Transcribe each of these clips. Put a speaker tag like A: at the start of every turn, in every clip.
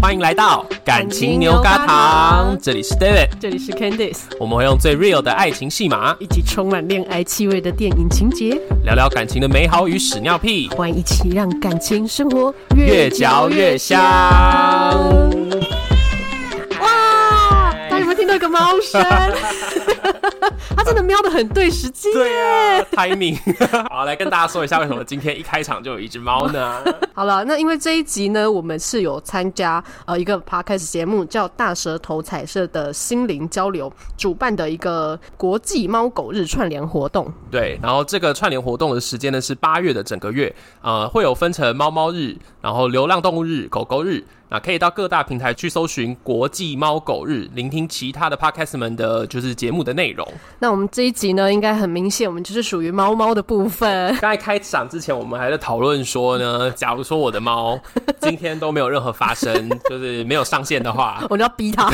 A: 欢迎来到感情牛轧糖，这里是 David，
B: 这里是 Candice，
A: 我们会用最 real 的爱情戏码
B: 以及充满恋爱气味的电影情节，
A: 聊聊感情的美好与屎尿屁，
B: 欢迎一起让感情生活
A: 越嚼越香。
B: 哇！大家有没有听到一个猫 声？它真的喵的很对时机。
A: 对啊，timing。好， 来跟大家说一下，为什么今天一开场就有一只猫呢？
B: 好了，那因为这一集呢，我们是有参加呃一个 podcast 节目叫《大舌头彩色的心灵交流》主办的一个国际猫狗日串联活动。
A: 对，然后这个串联活动的时间呢是八月的整个月，呃，会有分成猫猫日，然后流浪动物日、狗狗日。啊，可以到各大平台去搜寻“国际猫狗日”，聆听其他的 podcast 们的就是节目的内容。
B: 那我们这一集呢，应该很明显，我们就是属于猫猫的部分。
A: 刚才开场之前，我们还在讨论说呢，假如说我的猫今天都没有任何发生，就是没有上线的话，
B: 我就要逼它，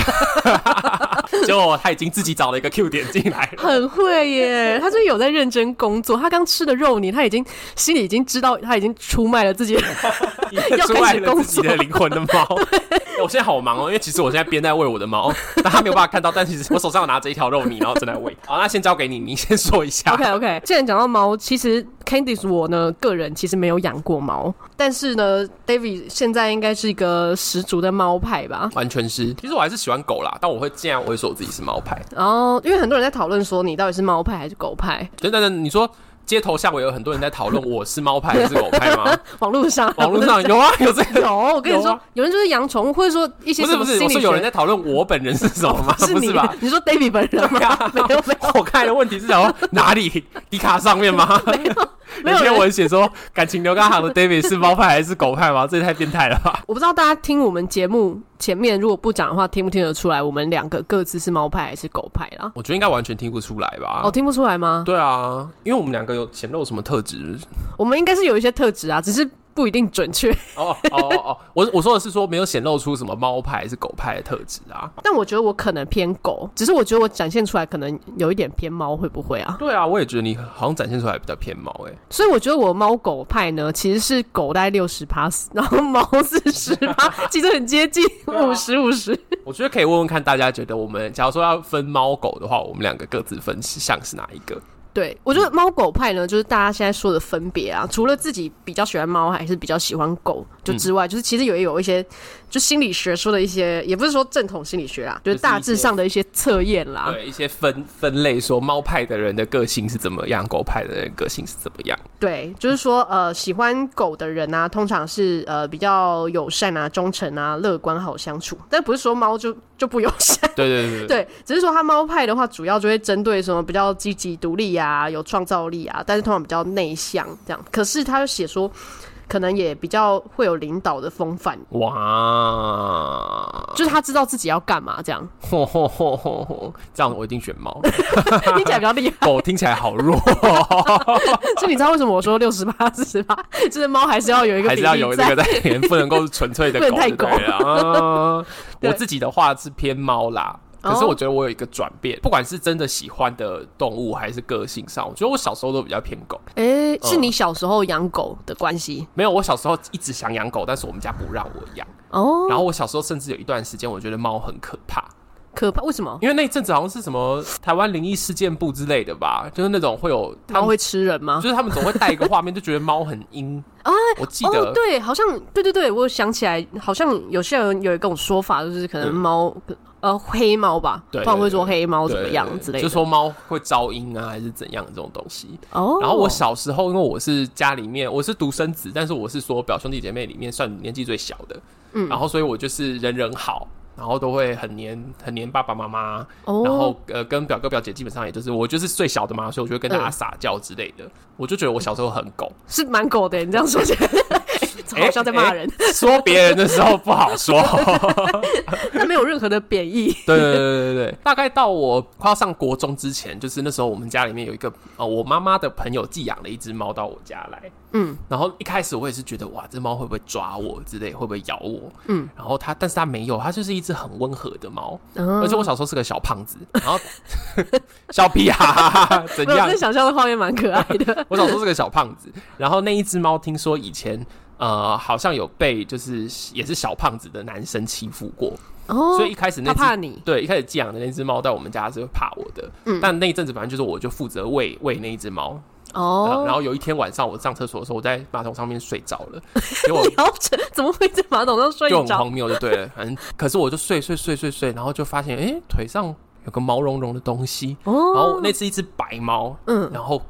A: 结果它已经自己找了一个 Q 点进来 了。
B: 很会耶，它就有在认真工作。它刚吃的肉泥，它已经心里已经知道，它已经出卖了自己。 要
A: 出
B: 开
A: 卖
B: 始
A: 了
B: 工
A: 自己的灵魂的 猫。我现在好忙哦，因为其实我现在边在喂我的猫， 但它没有办法看到，但其实我手上有拿着一条肉泥，然后正在喂。好，那先交给你，你先说一 下。
B: OK OK，既然讲到猫，其实 Candice 我呢个人其实没有养过猫，但是呢，David 现在应该是一个十足的猫派吧。
A: 完全是，其实我还是喜欢狗啦，但我会尽量我会说我自己是猫派。
B: 然后，因为很多人在讨论说你到底是猫派还是狗派，
A: 等等等，你说街头巷尾有很多人在讨论 我是猫派还是狗派 吗？
B: 网络上
A: 网络上有啊，有这个。
B: 有，我跟你说，有
A: 有啊
B: 人就是养宠物，或者说一些
A: 不
B: 什
A: 是
B: 么
A: 不是，
B: 心
A: 我
B: 理
A: 说
B: 学，
A: 有人在讨论我本人是什么吗？
B: 是
A: 不
B: 你
A: 是吧？
B: 你说 David 本人
A: 对
B: 吗？
A: 啊
B: 没有没有，
A: 我看的问题是想说哪里？迪卡上面吗？
B: 没有
A: 篇
B: 人
A: 文写说感情牛轧糖的 David 是猫派还是狗派吗？ 这也太变态了吧！
B: 我不知道大家听我们节目前面如果不讲的话，听不听得出来我们两个各自是猫派还是狗派啦？
A: 我觉得应该完全听不出来吧。
B: 哦，听不出来吗？
A: 啊对啊，因为我们两个有显露什么特质？
B: 我们应该是有一些特质啊，只是不一定准确。
A: 哦哦哦哦， 我我说的是说没有显露出什么猫派还是狗派的特质啊。
B: 但我觉得我可能偏狗，只是我觉得我展现出来可能有一点偏猫，会不会啊？
A: 对啊，我也觉得你好像展现出来比较偏猫 哎、
B: 所以我觉得我猫狗派呢，其实是狗大概六十趴，然后猫四十 趴，其实很接近五十五十。
A: 我觉得可以问问看大家觉得我们假如说要分猫狗的话，我们两个各自分像是哪一个？
B: 对，我觉得猫狗派呢，就是大家现在说的分别啊，除了自己比较喜欢猫还是比较喜欢狗就之外，就是其实也有一些就心理学说的一些，也不是说正统心理学啊，就是大致上的一些测验啦。
A: 对，一些分分类说猫派的人的个性是怎么样，狗派的人个性是怎么 样。
B: 对，就是说呃，喜欢狗的人啊，通常是呃比较友善啊、忠诚啊、乐观、好相处，但不是说猫就 就不友善。
A: 对对对对，
B: 对，只是说它猫派的话，主要就会针对什么比较积极、独立啊，有创造力啊，但是通常比较内向这样。可是他又写说，可能也比较会有领导的风范，
A: 哇，
B: 就是他知道自己要干嘛这样，
A: 吼吼吼吼吼，这样我一定选 猫。
B: 听起来比较厉害。
A: 狗听起来 好弱，
B: 所以你知道为什么我说六十八、四十八，就是猫还是要有一个
A: 还
B: 比
A: 是
B: 例
A: 要有这
B: 在
A: 个。在里面，不能够纯粹的
B: 不
A: 狗
B: 能太
A: 就对了。啊
B: 对
A: 我自己的话是偏猫啦。可是
B: 哦
A: 我觉得我有一个转变，不管是真的喜欢的动物，还是个性上，我觉得我小时候都比较偏狗。
B: 哎、是你小时候养狗的关系
A: 没有，我小时候一直想养狗，但是我们家不让我养。
B: 哦，
A: 然后我小时候甚至有一段时间，我觉得猫很可怕，
B: 可怕？为什么？
A: 因为那一阵子好像是什么台湾灵异事件部之类的吧，就是那种会有他
B: 猫
A: 们，
B: 会吃人吗？
A: 就是他们总会带一个画面，就觉得猫很阴
B: 啊。
A: 我 记
B: 哦
A: 得，
B: 对，好像对对对，我想起来，好像有些人有一种说法，就是可能
A: 嗯
B: 猫、呃黑猫吧，
A: 对对
B: 通常会说黑猫怎
A: 对
B: 么
A: 对
B: 样
A: 对
B: 之类的。
A: 就说猫会招阴啊，还是怎样的这种东西。
B: 哦，
A: 然后我小时候，因为我是家里面我是独生子，但是我是说表兄弟姐妹里面算年纪最小的，嗯，然后所以我就是人人好，然后都会很黏很黏爸爸妈妈，
B: 哦
A: 然后呃跟表哥表姐基本上也就是我就是最小的嘛，所以我就会跟大家
B: 嗯
A: 撒娇之类的，我就觉得我小时候很狗，
B: 是蛮狗的，你这样说起来， 哎好像在骂人，
A: 说别人的时候不好说。
B: 但没有任何的贬义。
A: 对对对对对，大概到我快要上国中之前，就是那时候我们家里面有一个呃，我妈妈的朋友寄养了一只猫到我家来，
B: 嗯，
A: 然后一开始我也是觉得哇，这猫会不会抓我之类，会不会咬我？
B: 嗯，
A: 然后它，但是它没有，它就是一只很温和的猫，
B: 而
A: 而且我小时候是个小胖子，然 后小屁啊， 怎
B: 没有，
A: 样。
B: 这？想象的画面蛮可爱的
A: 我小时候是个小胖子，然后那一只猫听说以前呃好像有被就是也是小胖子的男生欺负过，
B: 哦，
A: 所以一开始那
B: 他
A: 只
B: 怕你，
A: 对，一开始寄养的那只猫在我们家是怕我的，
B: 嗯
A: 但那一阵子反正就是我就负责喂喂那一只猫、然后
B: 哦，
A: 呃然后有一天晚上我上厕所的时候，我在马桶上面睡着 了，结果
B: 然后这怎么会在马桶上睡
A: 就很
B: 着？
A: 荒谬，就对了。反正可是我就睡睡睡睡睡，然后就发现哎、诶腿上有个毛茸茸的东西，然
B: 哦，
A: 后那是一只白猫，
B: 嗯
A: 然后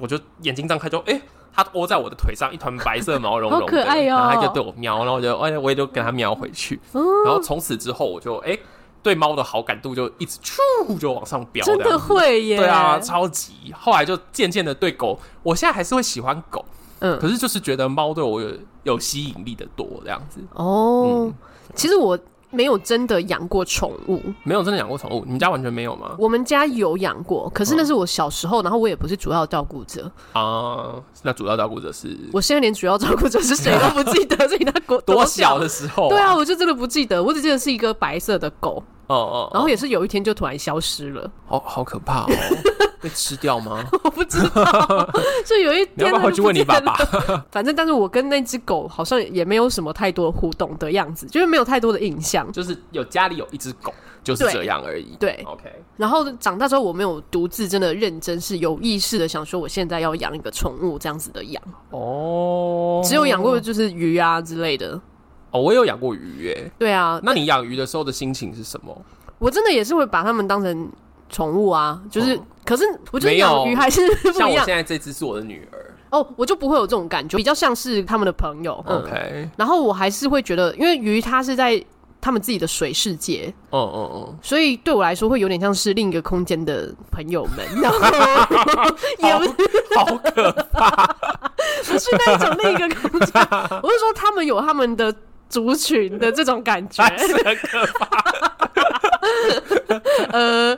A: 我就眼睛张开就哎。诶它窝在我的腿上，一团白色毛茸
B: 好
A: 茸
B: 可
A: 的，
B: 爱哦嗯
A: 然后它就对我喵，然后我就哎，我也就跟它喵回去，然后从此之后我就哎、诶对猫的好感度就一直咻就往上飙，
B: 真
A: 这
B: 的
A: 样子
B: 会耶！
A: 对啊，超级。后来就渐渐的对狗，我现在还是会喜欢狗，
B: 嗯，
A: 可是就是觉得猫对我有有吸引力的多这样子。嗯
B: 哦，其实我没有真的养过宠物，
A: 没有真的养过宠物，你们家完全没有吗？
B: 我们家有养过，可是那是我小时候，然后我也不是主要照顾者，
A: 啊，那主要照顾者是
B: 我现在连主要照顾者是谁都不记 得，所以他国
A: 多小
B: 小
A: 的时候？
B: 对啊，，我就真的不记得，我只记得是一个白色的狗，
A: 哦哦，
B: 然后也是有一天就突然消失 了，
A: 好好可怕哦，被吃掉吗？
B: 我不知 道，就有一
A: 你
B: 天
A: 要不要
B: 它
A: 回去
B: 就不
A: 问你
B: 见
A: 爸爸
B: 了。？反正，但是我跟那只狗好像也没有什么太多互动的样子，就是没有太多的印象。
A: 就是有家里有一只狗，就是
B: 对
A: 这样而已。
B: 对
A: ，OK，
B: 然后长大之后，我没有独自真的认真是有意识的想说，我现在要养一个宠物这样子的养，
A: 哦，
B: 只有养过就是鱼啊之类的。
A: 哦，我也有养过鱼耶。
B: 对啊，
A: 那你养鱼的时候的心情是什么？
B: 我真的也是会把它们当成宠物啊，就是、可是我觉得
A: 哦没有
B: 养鱼还是不
A: 像
B: 一
A: 我
B: 样
A: 现在这只是我的女儿。
B: 哦，我就不会有这种感觉，比较像是他们的朋友。嗯
A: OK，
B: 然后我还是会觉得，因为鱼它是在他们自己的水世界，
A: 嗯嗯嗯，
B: 所以对我来说会有点像是另一个空间的朋友们，然后 也不是
A: 好可
B: 不是那种另一个空间，我是说他们有他们的族群的这种感 觉，
A: 怕，是很可怕。
B: 呃，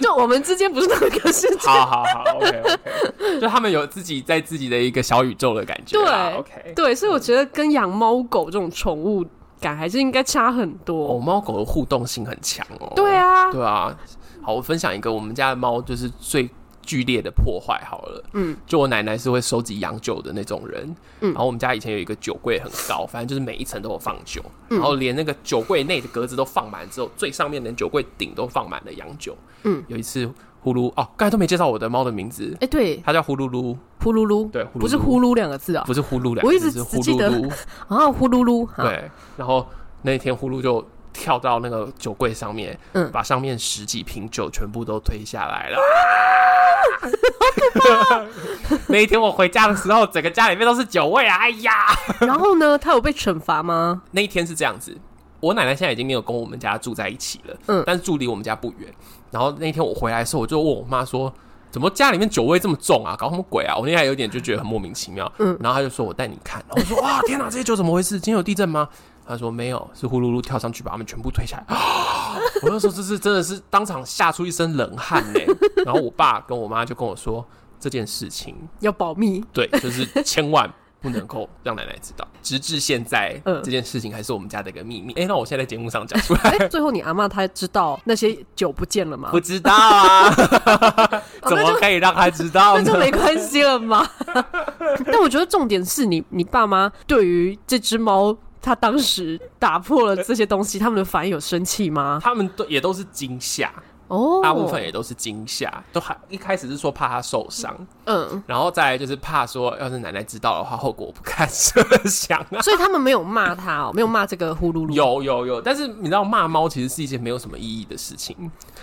B: 就我们之间不是那个世界。
A: 好好好，OK OK，就他们有自己在自己的一个小宇宙的感觉啦。
B: 对
A: ，OK。
B: 对，所以我觉得跟养猫狗这种宠物感还是应该差很
A: 哦，
B: 多。
A: 猫狗的互动性很强哦。
B: 对啊
A: 对啊。好，我分享一个我们家的猫就是最剧烈的破坏好了。
B: 嗯，
A: 就我奶奶是会收集洋酒的那种人。
B: 嗯
A: 然后我们家以前有一个酒柜很高，反正就是每一层都有放酒，
B: 嗯
A: 然后连那个酒柜内的格子都放满之后，最上面连酒柜顶都放满了洋酒。
B: 嗯，
A: 有一次呼噜哦，刚才都没介绍我的猫的名字，
B: 哎，对，
A: 它叫呼噜噜，
B: 呼噜噜，
A: 对呼噜噜
B: 不是呼噜两个字啊，
A: 不是呼噜两个字，
B: 我一直
A: 是
B: 只
A: 呼
B: 记
A: 噜
B: 得
A: 噜。
B: 啊，呼噜噜，啊，
A: 对，然后那一天呼噜就跳到那个酒柜上面，
B: 嗯
A: 把上面十几瓶酒全部都推下来了。 那一天我回家的时候，整个家里面都是酒味啊！哎呀，
B: 然后呢，它有被惩罚吗？
A: 那一天是这样子，我奶奶现在已经没有跟我们家住在一起了，
B: 嗯
A: 但是住离我们家不远。然后那一天我回来的时候，我就问我妈说。怎么家里面酒味这么重啊？搞什么鬼啊？我那天还有点就觉得很莫名其妙。
B: 嗯
A: 然后她就说：“我带你看。”然后我说：“哇，天哪，这些酒怎么回事？今天有地震吗？”她说：“没有，是呼噜噜跳上去把他们全部推下 来。”我那时候这是真的是当场吓出一身冷汗呢、然后我爸跟我妈就跟我说这件事情，
B: 要保密，
A: 对，就是千万不能够让奶奶知道，直至现在，
B: 嗯
A: 这件事情还是我们家的一个秘密。哎、那我现在在节目上讲出来，
B: 哎，最后你阿嬷她知道那些酒不见了吗？
A: 不知道啊，
B: 哦
A: 怎
B: 那
A: 么
B: 就
A: 可以让他知道
B: 那就
A: 呢？
B: 没关系了嘛。 但我觉得重点是你，你爸妈对于这只猫，它当时打破了这些东西，他们的反应有生气吗？
A: 他们都也都是惊吓，
B: 哦，
A: 大部分也都是惊吓，都还一开始是说怕他受伤，
B: 嗯，
A: 然后再来就是怕说，要是奶奶知道的话，后果不堪设想啊。
B: 所以他们没有骂它哦，没有骂这个呼噜噜。
A: 有有有，但是你知道骂猫其实是一件没有什么意义的事情，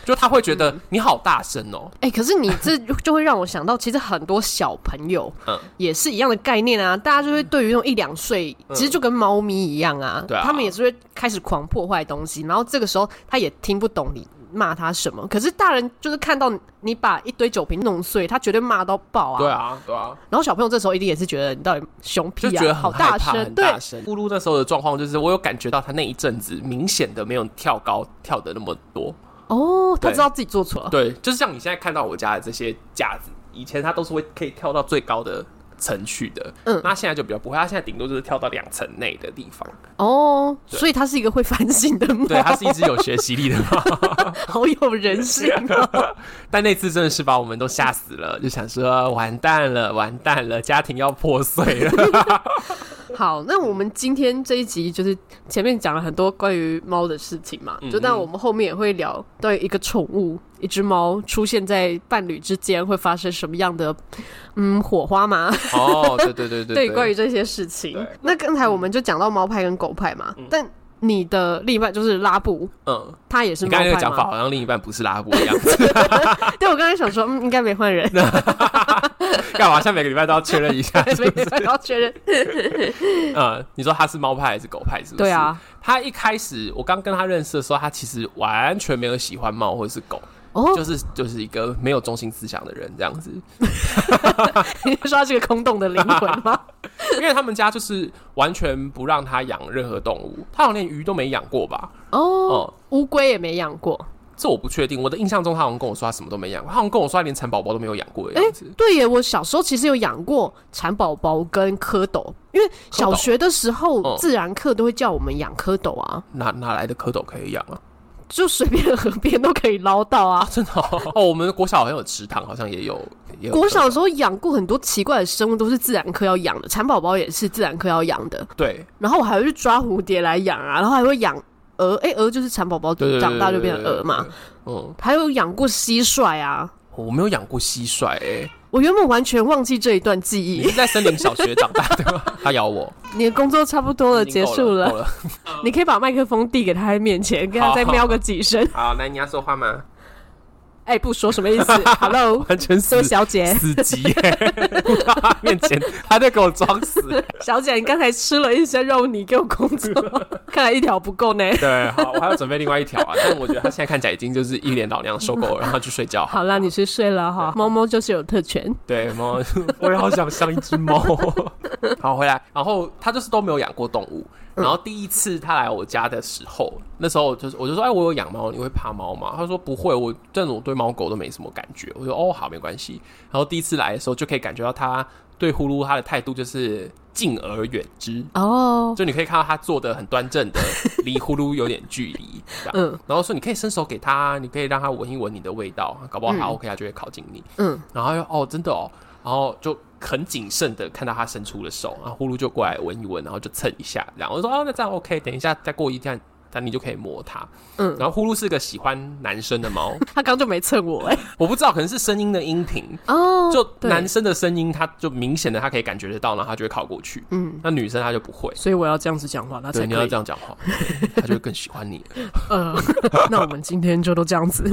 A: 就他会觉得
B: 嗯
A: 你好大声哦、
B: 哎、可是你 这就会让我想到，其实很多小朋友
A: 嗯
B: 也是一样的概念啊。大家就会对于那种一两岁，其实就跟猫咪一样啊，
A: 嗯对啊
B: 他们也是会开始狂破坏东西，然后这个时候他也听不懂你骂他什么，可是大人就是看到你把一堆酒瓶弄碎，他绝对骂到爆啊。
A: 对啊，对啊，
B: 然后小朋友这时候一定也是觉得你到底熊屁
A: 就
B: 啊，
A: 觉得
B: 好
A: 很害
B: 大
A: 怕，
B: 声，
A: 很
B: 对
A: 大声。咕噜那时候的状况就是，我有感觉到他那一阵子明显的没有跳高跳的那么多。
B: 哦，他
A: 对
B: 知道自己做错了。
A: 对，就是像你现在看到我家的这些架子，以前它都是会可以跳到最高的层去的，
B: 嗯
A: 那现在就比较不会，它现在顶多就是跳到两层内的地方。
B: 哦，
A: 对
B: 所以他是一个会反省的猫，
A: 对，啊它是一只有学习力的 猫，
B: 好有人性
A: 啊
B: 哦。
A: 但那次真的是把我们都吓死了，就想说啊完蛋了，完蛋了，家庭要破碎 了。
B: 好，那我们今天这一集就是前面讲了很多关于猫的事情
A: 嗯
B: 嘛，就但我们后面也会聊到一个宠物，一只猫出现在伴侣之间会发生什么样的嗯火花吗？
A: 哦，对对对对
B: 对
A: 对，
B: 于关于这些事情
A: 对，嗯
B: 那刚才我们就讲到猫派跟狗派嘛，但你的另一半就是拉布，
A: 嗯，
B: 他也是
A: 你
B: 猫
A: 刚才那个
B: 派
A: 讲法
B: 吗？
A: 好像另一半不是拉布一样子，
B: 对，我刚才想说，嗯，应该没换人，
A: 干嘛？下每个礼拜都要确认一下，是
B: 没
A: 不是？
B: 然后确认，
A: 嗯，你说他是猫派还是狗派？是不是？
B: 对啊，
A: 他一开始我刚跟他认识的时候，他其实完全没有喜欢猫或者是狗，
B: 哦，
A: 就是就是一个没有中心思想的人这样子。
B: 你 说他是个空洞的灵魂 吗？
A: 因为他们家就是完全不让他养任何动物，他好像连鱼都没养过吧？
B: 哦
A: 哦，
B: 乌龟也没养过，
A: 这我不确定。我的印象中，他好像跟我说他什么都没养过，他好像跟我说他连蚕宝宝都没有养过的
B: 哎
A: 样子。
B: 对耶，我小时候其实有养过蚕宝宝跟蝌蚪，因为小学的时
A: 蝌
B: 候
A: 蚪
B: 自然课都会叫我们养蝌蚪啊，
A: 哪哪来的蝌蚪可以养啊？
B: 就随便 河边都可以捞到啊。
A: 真的哦，哦我们国小好像有池塘，好像也有也有
B: 国小
A: 蝌
B: 的时候养过很多奇怪的生物，都是自然课要养的，蚕宝宝也是自然课要养的。
A: 蚪对
B: 然后我还会去抓蝴蝶来养啊，然后还会养鹅，哎、鹅就是蚕宝宝
A: 对对，对
B: 长大就变成鹅嘛。。
A: 对对对嗯，
B: 还有养过蟋蟀啊，
A: 我没有养过蟋蟀哎，
B: 我原本完全忘记这一段记
A: 你
B: 忆。
A: 是在森林小学长大的吗？它咬我，
B: 你的工作差不多了，
A: 已经
B: 结
A: 够
B: 束
A: 了。
B: 了
A: 够。了
B: 你可以把麦克风递给他在面前，跟他再喵个几声。
A: 好，来你要说话吗？
B: 哎、不说什么意思 ？Hello，
A: 完全
B: 这
A: 死
B: 位小姐，
A: 死机耶！我到他面前，他在给我装死。
B: 小姐，你刚才吃了一些肉泥，给我工 作，看来一条不够呢。
A: 对，好，我还要准备另外一条啊。但我觉得他现在看起来已经就是一脸老娘受够了，让他去睡觉。
B: 好啦，你去睡了哈。猫猫就是有特权，
A: 对，猫， 我也好想像一只猫。 好，回来，然后他就是都没有养过动物。然后第一次他来我家的时候，那时候就是我就说，哎，我有养猫，你会怕猫吗？他说不会，我但是我对猫狗都没什么感觉。我说哦，好，没关系。然后第一次来的时候就可以感觉到他对呼噜他的态度就是敬而远之，
B: 哦，
A: 就你可以看到他坐的很端正的，离呼噜有点距 离，这样
B: 嗯
A: 然后说你可以伸手给他，你可以让他闻一闻你的味道，搞不好他
B: 嗯
A: OK，他就会靠近你。
B: 嗯，
A: 然后他就哦，真的哦，然后就很谨慎的看到他伸出了手，然后呼噜就过来闻一闻，然后就蹭一下，然后我说哦，那这样 OK，等一下再过一天，但你就可以摸它。
B: 嗯
A: 然后呼噜是个喜欢男生的猫，
B: 他刚就没蹭我哎、
A: 我不知道可能是声音的音频，
B: 哦，
A: 就
B: 对
A: 男，生的声音，他就明显的他可以感觉得到，然后他就会靠过去。
B: 嗯，
A: 那女生她就不会，
B: 所以我要这样子讲话，他才
A: 对，你
B: 可
A: 要
B: 以
A: 这。样讲话，她就会更喜欢你。
B: 呃，那我们今天就都这样子。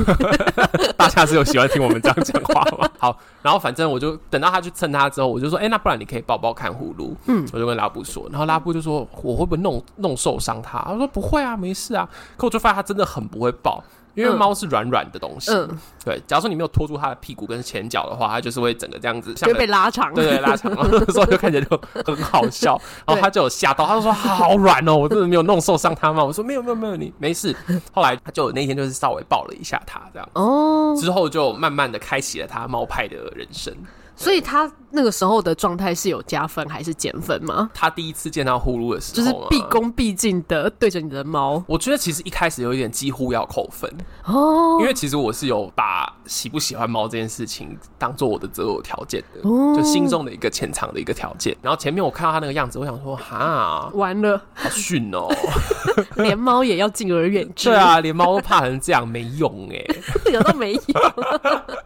A: 大家是有喜欢听我们这样讲话吗？ 好，然后反正我就等到他去蹭他之后，我就说，哎、那不然你可以抱抱看呼噜。嗯，我就跟拉布说，然后拉布就说我会不会弄弄受伤他？他说不会啊，没事啊。可我就发现他真的很不会抱，因为
B: 嗯
A: 猫是软软的东西。
B: 嗯，
A: 对，假如说你没有拖住它的屁股跟前脚的话，它就是会整个这样子，像
B: 就
A: 个
B: 被拉长。
A: 对对，拉长，然后 那时候就看起来就很好笑，然后他就有吓到，他就说好软哦，我真的没有弄受伤他吗？我说没有没有没有，你没事。后来他就那一天就是稍微抱了一下他这样，
B: 哦，
A: 之后就慢慢的开启了他猫派的人生。
B: 所以他那个时候的状态是有加分还是减分吗？
A: 他第一次见到呼噜的时
B: 就是
A: 候，啊
B: 毕。恭毕敬的对着你的猫
A: 我觉得其实一开始有一点几乎要扣分，
B: 哦，
A: 因为其实我是有把喜不喜欢猫这件事情当做我的择偶条件的，
B: 哦
A: 就心中的一个潜藏的一个条件。然后前面我看到他那个样子，我想说哈，
B: 完了，
A: 好逊哦、
B: 连猫也要敬而远之。
A: 对， 啊，连猫都怕成这样，没用 哎、
B: 有到没有？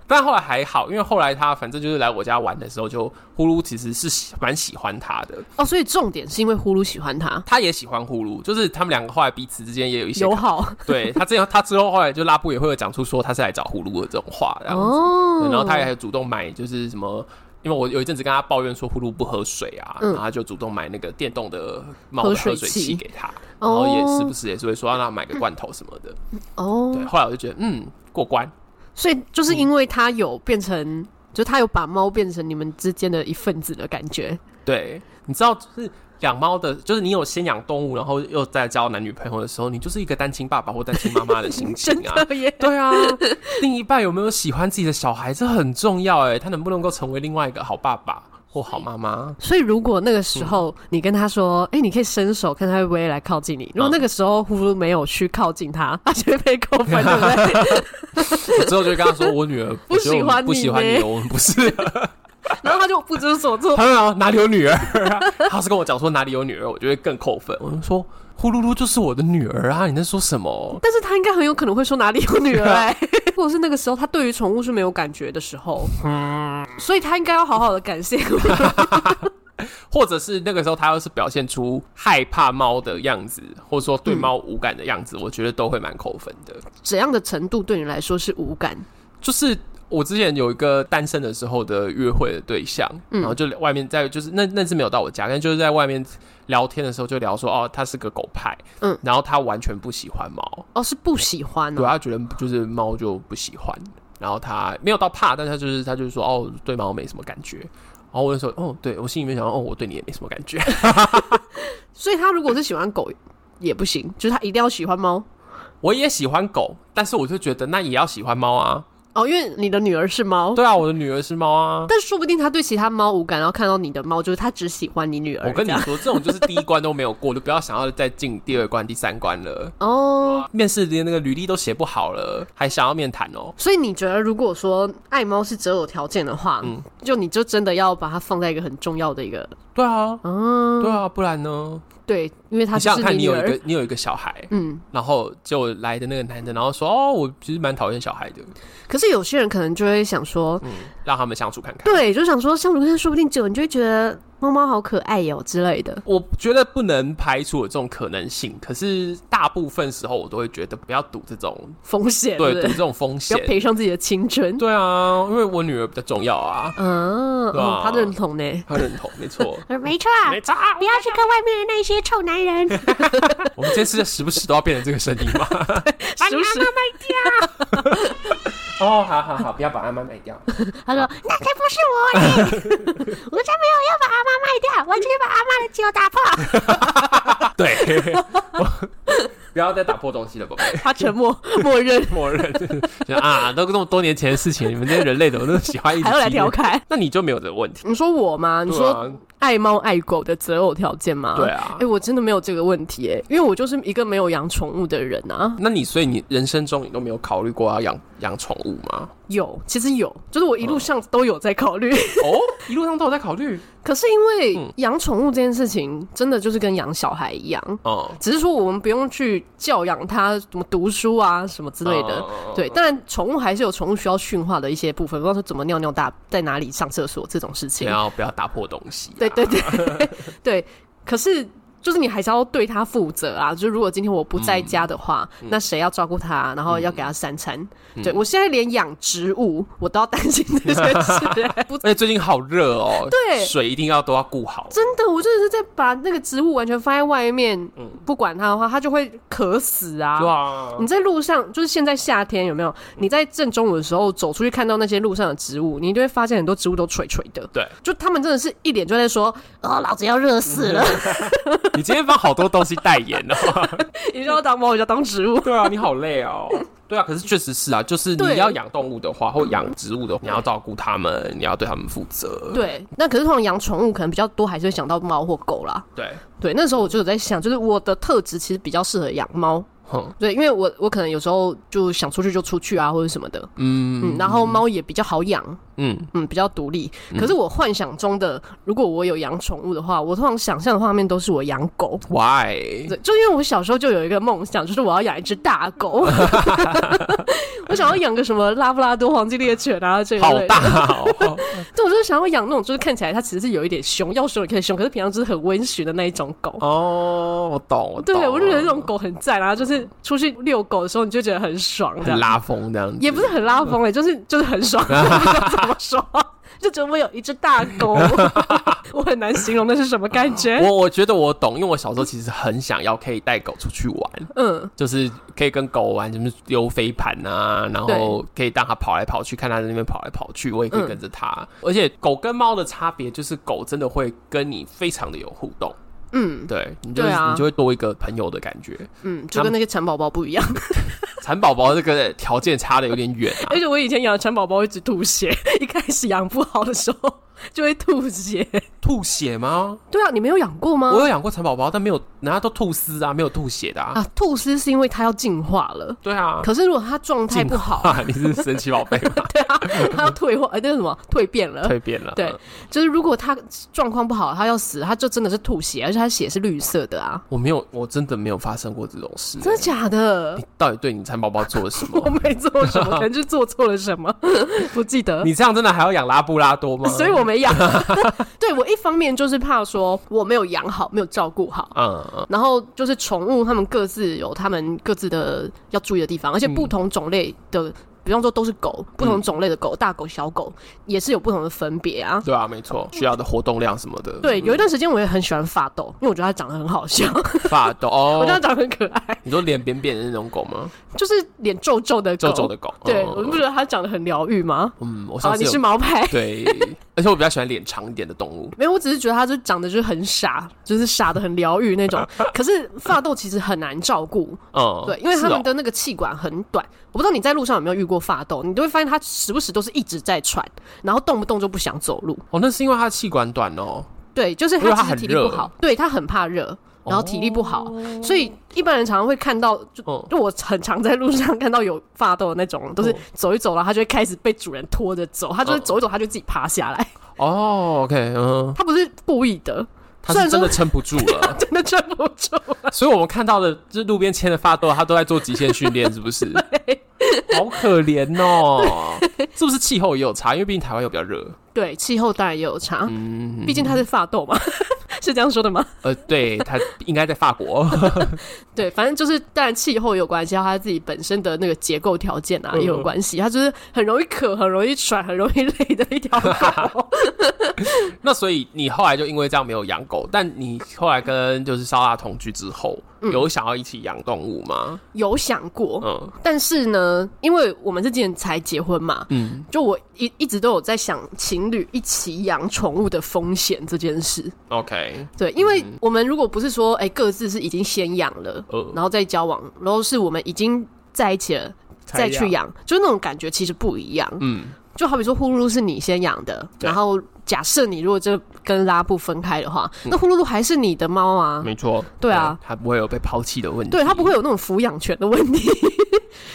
A: 但后来还好，因为后来他反正就是来我家玩的时候就，呼噜其实是喜蛮喜欢他的，
B: 哦，所以重点是因为呼噜喜欢他，
A: 他也喜欢呼噜，就是他们两个后来彼此之间也有一些
B: 友好
A: 对他之前他之后后来就拉布也会有讲出说他是来找呼噜的这种话，然后、
B: 哦
A: 对然后他也还主动买就是什么。因为我有一阵子跟他抱怨说呼噜不喝水啊，
B: 嗯
A: 然后他就主动买那个电动的猫的
B: 喝
A: 喝
B: 水
A: 水
B: 器
A: 器给他，然后也
B: 哦
A: 时不时也是会说让他买个罐头什么的。
B: 哦
A: 对，，嗯后来我就觉得嗯过关，
B: 所以就是因为他有变成，就是他有把猫变成你们之间的一份子的感觉。
A: 对，你知道就是。养猫的，就是你有先养动物，然后又再交男女朋友的时候，你就是一个单亲爸爸或单亲妈妈的心情
B: 真
A: 啊。
B: 的耶！
A: 对啊，另一半有没有喜欢自己的小孩，这很重要哎，他能不能够成为另外一个好爸爸或好妈妈？
B: 所以如果那个
A: 嗯
B: 时候你跟他说，哎、你可以伸手看他会不会来靠近你。
A: 嗯
B: 如果那个时候呼噜没有去靠近他，他就会被扣分，对 不对？
A: 我之后就跟他说，我女儿
B: 不
A: 我觉得我们不喜
B: 喜
A: 欢
B: 欢你
A: 你
B: 呗
A: 哦，我们不是。
B: 然后他就不知所措。
A: 他说啊哪里有女儿啊？他是跟我讲说哪里有女儿，我就会更扣分。我就说呼噜噜就是我的女儿啊，你在说什么？
B: 但是他应该很有可能会说哪里有女儿、
A: 对啊
B: 哎， 如果是那个时候他对于宠物是没有感觉的时候，所以他应该要好好的感谢 我。
A: 或者是那个时候他要是表现出害怕猫的样子，或者说对猫无感的样子，我觉得都会蛮扣分的。
B: 怎样的程度对你来说是无感？
A: 就是我之前有一个单身的时候的约会的对象，然后就外面在就是那那次没有到我家，但就是在外面聊天的时候就聊说哦，他是个狗派，嗯
B: 嗯，
A: 然后他完全不喜欢猫，
B: 哦，是不喜欢
A: 对啊
B: 哦。
A: 他觉得就是猫就不喜欢，然后他没有到怕，但他就是他就是说哦，对猫没什么感觉。然后我就说，哦，对我心里面想，哦，我对你也没什么感觉。
B: 所以他如果是喜欢狗也不行，就是他一定要喜欢猫。
A: 我也喜欢狗，但是我就觉得那也要喜欢猫啊。
B: 哦，因为你的女儿是猫，
A: 对啊，我的女儿是猫啊。
B: 但说不定他对其他猫无感，然后看到你的猫，就是他只喜欢你女儿。
A: 我跟你
B: 这样
A: 说，这种就是第一关都没有过，就不要想要再进第二关、第三关了。
B: 哦，
A: 面试连那个履历都写不好了，还想要面谈哦、
B: 所以你觉得如果说爱猫是择偶条件的话，
A: 嗯
B: 就你就真的要把它放在一个很重要的一个，
A: 对啊，
B: 嗯，
A: 对啊，不然呢？
B: 对，因为它
A: 你想
B: 就是
A: 想看，你
B: 女
A: 有一
B: 儿。
A: 个你有一个小孩，
B: 嗯，
A: 然后就来的那个男的，然后说哦，我其实蛮讨厌小孩的，
B: 可是有些人可能就会想说，
A: 让他们相处看看。
B: 对，就想说相处跟它说不定久，你就会觉得猫猫好可爱哟、之类的。
A: 我觉得不能排除有这种可能性，可是大部分时候我都会觉得不要赌这种，
B: 风险不
A: 对，赌
B: 对
A: 这种风
B: 不
A: 险
B: 要。赔上自己的青春。
A: 对啊，因为我女儿比较重要啊，
B: 嗯，
A: 对啊
B: 哦，他认同呢。
A: 她认同，没错，
C: 呃没错，
B: 啊
A: 没错。
C: 不要去跟外面的那些臭男人，
A: 我们这次时不时都要变成这个声音吗？
C: 把
B: 是
C: 你
B: 不
C: 妈
B: 是
C: 妈卖掉。
A: 哦，好好好，不要把阿妈卖掉。
C: 他说：“那才不是我呢，我才没有要把阿妈卖掉，我只是把阿妈的酒打破。
A: 对， 不要再打破东西了，宝贝。
B: 他沉默，默 认
A: 默认就啊，都这么多年前的事情，你们这些人类怎么那么喜欢一直
B: 还要来调
A: 激
B: 侃
A: 烈？。那你就没有这个问题。
B: 你说我吗？你
A: 对
B: 说
A: 啊
B: 爱猫爱狗的择偶条件吗？
A: 对啊
B: 哎、我真的没有这个问题、哎，因为我就是一个没有养宠物的人啊。
A: 那你所以你人生中你都没有考虑过要养养宠物吗？
B: 有，其实有，就是我一
A: 嗯
B: 路上都有在考虑。
A: 哦，一路上都有在考虑。
B: 可是因
A: 嗯
B: 为养宠物这件事情，真的就是跟养小孩一样，
A: 哦、
B: 只是说我们不用去教养它，什么读书啊，什么之类的。
A: 哦
B: 对，当然宠物还是有宠物需要驯化的一些部分，比方说怎么尿尿大，在哪里上厕所这种事
A: 不
B: 情。
A: 要不要打破东西、
B: 对
A: 啊
B: 对，对 对，可是就是你还是要对他负责啊。就如果今天我不在
A: 嗯
B: 家的话，那谁要照顾他？然后要给他三餐。
A: 嗯
B: 对我现在连养植物我都要担心这件 事、 欸不
A: 而且最近好热哦，
B: 对
A: 水一定要都要顾好。
B: 真的，我真的是在把那个植物完全放在外面，不管它的话，它就会渴死啊。
A: 对啊，
B: 你在路上，就是现在夏天有没有？你在正中午的时候走出去，看到那些路上的植物，你就会发现很多植物都垂垂的。
A: 对，
B: 就他们真的是一脸就在说，
C: 哦，老子要热死了。
A: 你今天帮好多东西代言哦。
B: 你就要当猫，你就要当植物。
A: 对啊，你好累哦。 对啊，可是确实是啊，就是你
B: 对
A: 要养动物的话，或养植物的话，你要照顾它们，你要对它们负责。
B: 对，那可是通常养宠物可能比较多，还是会想到猫或狗啦。
A: 对，
B: 对，那时候我就有在想，就是我的特质其实比较适合养猫。
A: 哼，
B: 对，因为我我可能有时候就想出去就出去啊，或者什么的。
A: 嗯
B: 嗯，然后猫也比较好养，
A: 嗯，
B: 嗯，比较独立。可是我幻想中的，如果我有养宠物的话，我通常想象的画面都是我养狗。
A: ，Why？
B: 对，就因为我小时候就有一个梦想，就是我要养一只大 狗，我想要养个什么拉布拉多、黄金猎犬啊这一
A: 好
B: 类的。
A: 大哦！
B: 对，我就是想要养那种，就是看起来它其实是有一点凶，要凶也可以凶，可是平常就是很温驯的那一种狗。
A: 哦，我懂，我懂。
B: 对，我就觉得那种狗很赞啊，就是出去遛狗的时候，你就觉得很爽，这
A: 很
B: 样
A: 拉风这样子，
B: 欸 也不是很拉风哎、就是就是很爽，不知道怎么说。就觉得我有一只大狗， 我很难形容那是什么感觉。
A: 我我觉得我懂，因为我小时候其实很想要可以带狗出去玩，
B: 嗯，
A: 就是可以跟狗玩，什么丢飞盘啊，然后可以让它跑来跑去，看它在那边跑来跑去，我也可以跟着它。
B: 嗯
A: 而且狗跟猫的差别就是，狗真的会跟你非常的有互动，
B: 嗯
A: 对你就、
B: 对啊
A: 你就会多一个朋友的感觉。
B: 嗯，就跟那个蚕宝宝不一样。
A: 蚕宝宝这个条件差的有点远 啊
B: 而，且我以前养的蚕宝宝一直吐血， 一开始养不好的时候 就会吐血。
A: 吐血吗？
B: 对啊，你没有养过吗
A: 我？有养过蚕宝宝，但没有，人家都吐丝啊，没有吐血的啊。
B: 啊，吐丝是因为它要进化了，
A: 对 啊，
B: 可是如果它状态
A: 进
B: 不好，
A: 化，你是神奇宝贝吗？
B: 对啊，它要退化，哎、那个什么蜕变了，
A: 蜕变了，
B: 对，就是如果它状况不好，它要死，它就真的是吐血，而且它血是绿色的啊，
A: 我没有，我真的没有发生过这种事。
B: 真的假的
A: 你？到底对你蚕宝宝做了什
B: 我
A: 么？
B: 没做什么，可能是做错了什么， 不记得。
A: 你这样真的还要养拉布拉多吗？
B: 所以我没 养。 对我一方面就是怕说我没有养好，没有照顾好。
A: 嗯，嗯，
B: 然后就是宠物，它们各自有它们各自的要注意的地
A: 嗯
B: 方，而且不同种类的，比方说都是狗，不同种类的狗，大狗、小狗也是有不同的分别啊。
A: 对啊，没错，需要的活动量什么的。
B: 对，
A: 嗯
B: 有一段时间我也很喜欢发豆，因为我觉得它长得很好笑，
A: 发 抖
B: 我觉得它
A: 哦。
B: 长得很可爱，
A: 你说脸扁扁的那种狗吗？
B: 就是脸皱皱的狗。
A: 皱皱的狗。
B: 对，
A: 嗯
B: 我不觉得它长得很疗愈吗？
A: 嗯，我
B: 啊，
A: 上次
B: 你是
A: 有
B: 毛牌。
A: 对，而且我比较喜欢脸长一点的动物。
B: 没有，我只是觉得它就长得就是很傻，就是傻的很疗愈那 种。可是发豆其实很难照顾，
A: 嗯，
B: 对，因为
A: 是
B: 他们
A: 哦
B: 的那个气管很短，我不知道你在路上有没有遇过发抖，你都会发现他时不时都是一直在喘，然后动不动就不想走路。
A: 哦，那是因为它的气管短哦。
B: 对，就是
A: 因为
B: 他
A: 他
B: 其实
A: 很
B: 体力不
A: 热
B: 好，对他很怕热，然后体力不好，所以一般人常常会看到，就
A: 哦
B: 就我很常在路上看到有发抖的那种，都是
A: 哦
B: 走一走然后他就会开始被主人拖着走，他就是
A: 哦
B: 走一走他就自己趴下来，
A: 哦，OK，嗯，
B: 他不是故意的，
A: 它
B: 虽然
A: 是真
B: 说。
A: 的撑不住了
B: 真的撑不住。
A: 所以我们看到的这路边牵的发豆，它都在做极限训练，是不是？好可怜哦， 是不是气候也有差？因为毕竟台湾又比较热。
B: 对，气候当然也有差，
A: 嗯，
B: 毕竟他是发抖嘛， 是这样说的吗？
A: 呃，对，它应该在法国。
B: 对，反正就是当然气候有关系，还有它自己本身的那个结构条件啊
A: 嗯
B: 也有关系。它就是很容易渴、很容易喘、很容易累的一
A: 嗯
B: 条狗。
A: 那所以你后来就因为这样没有养狗，但你后来跟就是烧腊同居之后，
B: 嗯
A: 有想要一起养动物吗？
B: 有想过，
A: 嗯
B: 但是呢，因为我们是今年才结婚嘛，
A: 嗯，
B: 就我一一直都有在想情侣一起养宠物的风险这件事。
A: ，OK，
B: 对，因为
A: 嗯
B: 我们如果不是说哎、各自是已经先养了，
A: 呃，
B: 然后再交往，然后是我们已经在一起了再去，养，就是那种感觉其实不一样。
A: 嗯，
B: 就好比说呼噜噜是你先养的，
A: 对
B: 然后假设你如果这跟拉布分开的话，那呼噜噜还是你的猫啊，
A: 嗯没错，
B: 对啊，
A: 它不会有被抛弃的问题，
B: 对，它不会有那种抚养权的问题。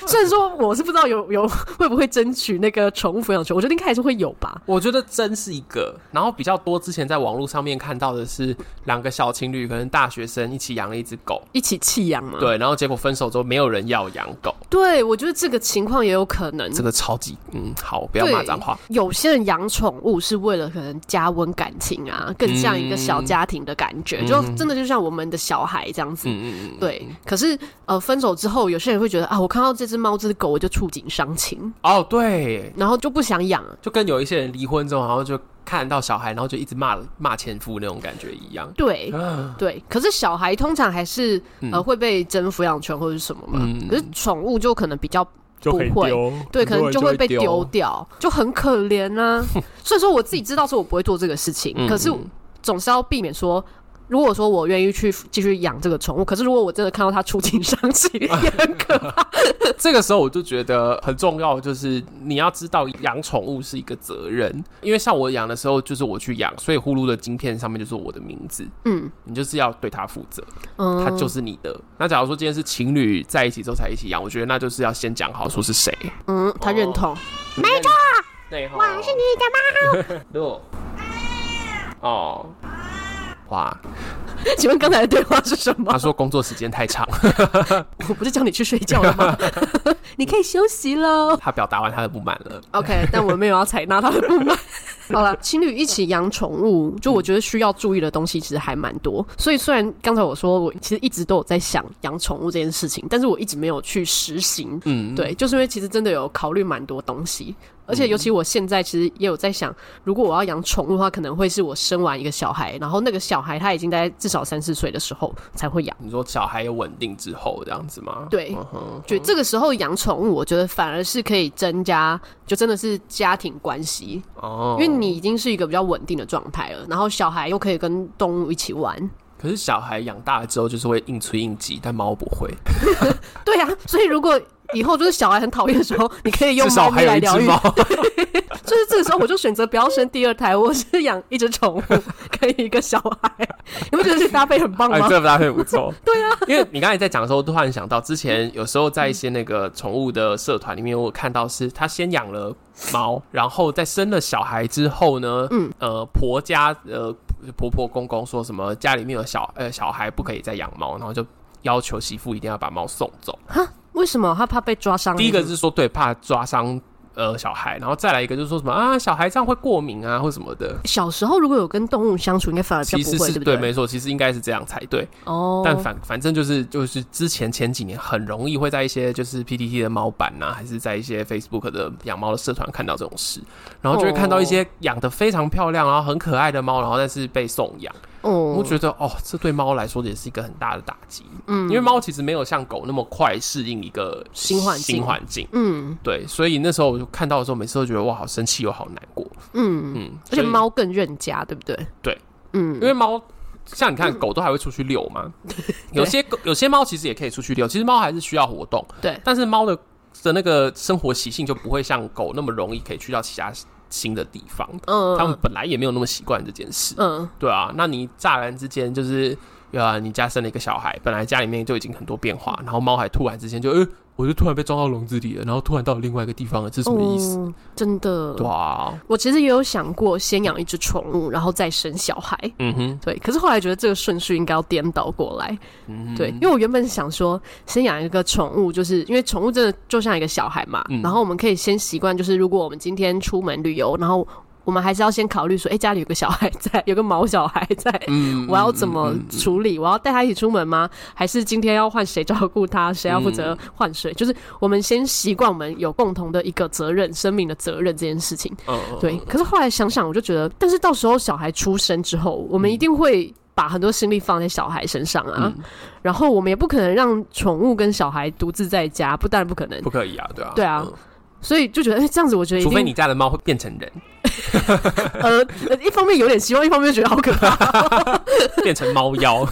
B: 虽然说我是不知道有有会不会争取那个宠物抚养权，我觉得应该还是会有吧。
A: 我觉得真是一个，然后比较多之前在网络上面看到的是两个小情侣，可能大学生一起养了一只狗，
B: 一起弃养嘛？，
A: 对，然后结果分手之后没有人要养狗，
B: 对我觉得这个情况也有可能。
A: 这个超级嗯，好，不要骂脏话，
B: 有些人养宠物是为了可能加温感情啊，更像一个小家庭的感觉，
A: 嗯
B: 就真的就像我们的小孩这样子。
A: 嗯嗯嗯，
B: 对，可是呃，分手之后，有些人会觉得啊，我看到这只猫、这只狗，我就触景伤情，
A: 哦对，
B: 然后就不想养。
A: 就跟有一些人离婚之后，然后就看到小孩，然后就一直骂骂前夫那种感觉一样，
B: 对
A: 啊，
B: 对，可是小孩通常还是呃会被争抚养权或者是什么嘛，
A: 嗯
B: 可是宠物就可能比较
A: 就
B: 不会对，可能就会被丢，掉，就很可怜 啊。所以说我自己知道说我不会做这个事情，
A: 嗯
B: 可是
A: 嗯
B: 总是要避免说。如果说我愿意去继续养这个宠物，可是如果我真的看到它触景伤 情，也很可怕。
A: 这个时候我就觉得很重要，就是你要知道养宠物是一个责任，因为像我养的时候，就是我去养，所以呼噜的晶片上面就是我的名字，
B: 嗯
A: 你就是要对它负责，
B: 嗯，
A: 它就是你的。那假如说今天是情侣在一起之后才一起养，我觉得那就是要先讲好说是谁。
B: 嗯，他认
A: 哦
B: 同。
A: 没错，对哈，
C: 我是你
A: 六哦，哇，
B: 请问刚才的对话是什么
A: 他？说工作时间太长，
B: 我不是叫你去睡觉了 吗？你可以休息喽。
A: 他表达完他的不满了。
B: OK，但我没有要采纳他的不满。好了，情侣一起养宠物，就我觉得需要注意的东西其实还蛮多。所以虽然刚才我说我其实一直都有在想养宠物这件事情，但是我一直没有去实行。
A: 嗯，
B: 对，就是因为其实真的有考虑蛮多东西，而且尤其我现在其实也有在想，如果我要养宠物的话，可能会是我生完一个小孩，然后那个小孩他已经大概至少三四岁的时候才会养。
A: 你说小孩稳定之后这样子吗？
B: 对
A: 嗯哼，
B: 就这个时候养宠物，我觉得反而是可以增加，就真的是家庭关系，
A: 哦
B: 因，为你已经是一个比较稳定的状态了，然后小孩又可以跟动物一起玩。
A: 可是小孩养大了之后就是会应催应急，但猫不会，
B: 对啊，所以如果以后就是小孩很讨厌的时候，你可以用
A: 至少
B: 猫咪
A: 还有
B: 来
A: 一
B: 疗
A: 只
B: 愈。
A: 猫。
B: 就是这个时候，我就选择不要生第二胎，我是养一只宠物跟一个小孩。你不觉得这搭配很棒
A: 哎，
B: 吗？
A: 这搭配不 错。对啊，因为你刚才在讲的时候，突然想到之前有时候在一些那个宠物的社团里面，我有看到是她先养了猫，然后在生了小孩之后呢，嗯，呃，婆家呃婆婆公公说什么家里面有小呃小孩不可以再养猫，然后就。要求媳妇一定要把猫送走。
B: 为什么他怕被抓伤？
A: 第一个是说，对，怕抓伤呃小孩，然后再来一个就是说什么啊，小孩这样会过敏啊，或什么的。
B: 小时候如果有跟动物相处，应该反而比较
A: 其实
B: 啊不会，
A: 是
B: 不对？
A: 没错，其实应该是这样才对。
B: 哦，
A: 但反反正就是就是之前前几年很容易会在一些就是 PTT 的猫版呐、还是在一些 Facebook 的养猫的社团看到这种事，然后就会看到一
B: 哦
A: 些养的非常漂亮，然后很可爱的猫，然后但是被送养，
B: 哦，
A: 我觉得哦，这对猫来说也是一个很大的打击，嗯，因为猫其实没有像狗那么快适应一个
B: 新环境
A: 新环境，
B: 嗯
A: 对，所以那时候我就看到的时候，每次都觉得哇，好生气又好难过，
B: 嗯，
A: 嗯，
B: 而且
A: 所以
B: 猫更认家，对不对？
A: 对，
B: 嗯，
A: 因为猫像你看狗都还会出去遛嘛， 有些狗有些猫其实也可以出去遛，其实猫还是需要活动，
B: 对
A: 但是猫的的那个生活习性就不会像狗那么容易可以去到其他新的地方，
B: 嗯，
A: 它们本来也没有那么习惯这件事，
B: 嗯
A: 对啊，那你乍然之间就是。啊，你家生了一个小孩，本来家里面就已经很多变化，然后猫还突然之间就，呃，我就突然被装到笼子里了，然后突然到了另外一个地方了，这是什么意思？
B: 哦真的，
A: 对啊，
B: 我其实也有想过先养一只宠物，然后再生小孩。
A: 嗯哼，
B: 对，可是后来觉得这个顺序应该要颠倒过来。
A: 嗯哼
B: 对，因为我原本想说，先养一个宠物，就是因为宠物真的就像一个小孩嘛。
A: 嗯
B: 然后我们可以先习惯，就是如果我们今天出门旅游，然后我们还是要先考虑说，哎、家里有个小孩在， 有个毛小孩在，
A: 嗯
B: 我要怎么处理？我要带他一起出门吗？还是今天要换谁照顾他？谁要负
A: 嗯
B: 责换水？就是我们先习惯我们有共同的一个责任，生命的责任这件事情。
A: 嗯嗯嗯
B: 对，可是后来想想，我就觉得，但是到时候小孩出生之后，我们一定会把很多心力放在小孩身上啊。
A: 嗯
B: 然后我们也不可能让宠物跟小孩独自在家，不，当然不可能
A: 不。可以啊，对啊，
B: 对啊所以就觉得，哎、这样子我觉得一
A: 除
B: 定，
A: 非你家的猫会变成人，
B: 呃， 呃一方面有点希望，一方面觉得好可怕。
A: 变成猫妖。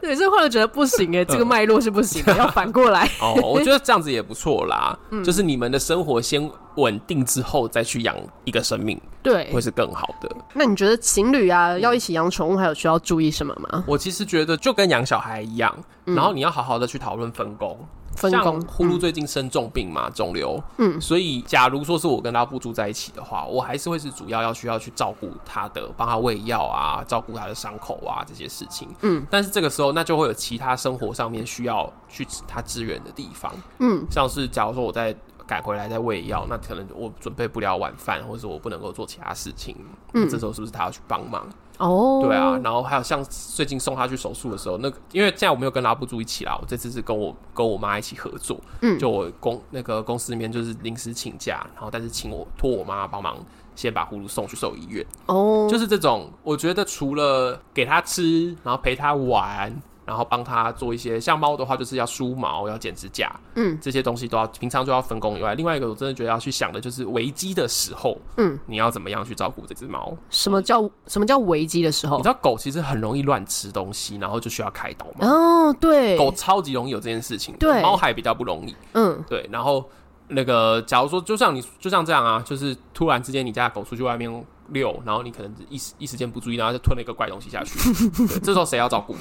B: 对，所以后来觉得不行哎、这
A: 嗯
B: 个脉络是不 行的，要反过来。
A: 哦，我觉得这样子也不错啦，就是你们的生活先稳定之后，再去养一个生命，
B: 对
A: 会，是更好的。
B: 那你觉得情侣啊，要一起养宠物，还有需要注意什么吗？
A: 我其实觉得就跟养小孩一样，然后你要好好的去讨论嗯分工。
B: 分
A: 像
B: 工
A: 呼噜最近生重病嘛，肿瘤。
B: 嗯
A: 嗯，所以假如说是我跟他不住在一起的话，我还是会是主要要需要去照顾他的，帮他喂药啊，照顾他的伤口啊这些事情。
B: 嗯
A: 嗯，但是这个时候那就会有其他生活上面需要去他支援的地方。
B: 嗯
A: 嗯，像是假如说我在。赶回来再喂药，那可能我准备不了晚饭，或者是我不能够做其他事情，那这时候是不是他要去帮忙？
B: 哦，
A: 对啊，，然后还有像最近送他去手术的时候，那个因为现在我没有跟拉布住一起啦，我这次是跟我跟我妈一起合作，
B: 嗯
A: 就我公那个公司里面就是临时请假，然后但是请我托我妈帮忙先把呼噜送去兽医院，
B: 哦，
A: 就是这种，我觉得除了给他吃，然后陪他玩。然后帮他做一些像猫的话，就是要梳毛、要剪指甲，
B: 嗯，
A: 这些东西都要平常就要分工以外，另外一个我真的觉得要去想的就是危机的时候，
B: 嗯，
A: 你要怎么样去照顾这只猫？
B: 什么叫什么叫危机的时候
A: 你知？道狗其实很容易乱吃东西，然后就需要开刀嘛。
B: 哦，对，
A: 狗超级容易有这件事情，
B: 对
A: 猫还比较不容易。
B: 嗯
A: 对，然后那个，假如说就像你就像这样啊，就是突然之间你家的狗出去外面遛，然后你可能一时一时间不注意，然后就吞了一个怪东西下去，对这时候谁要照顾？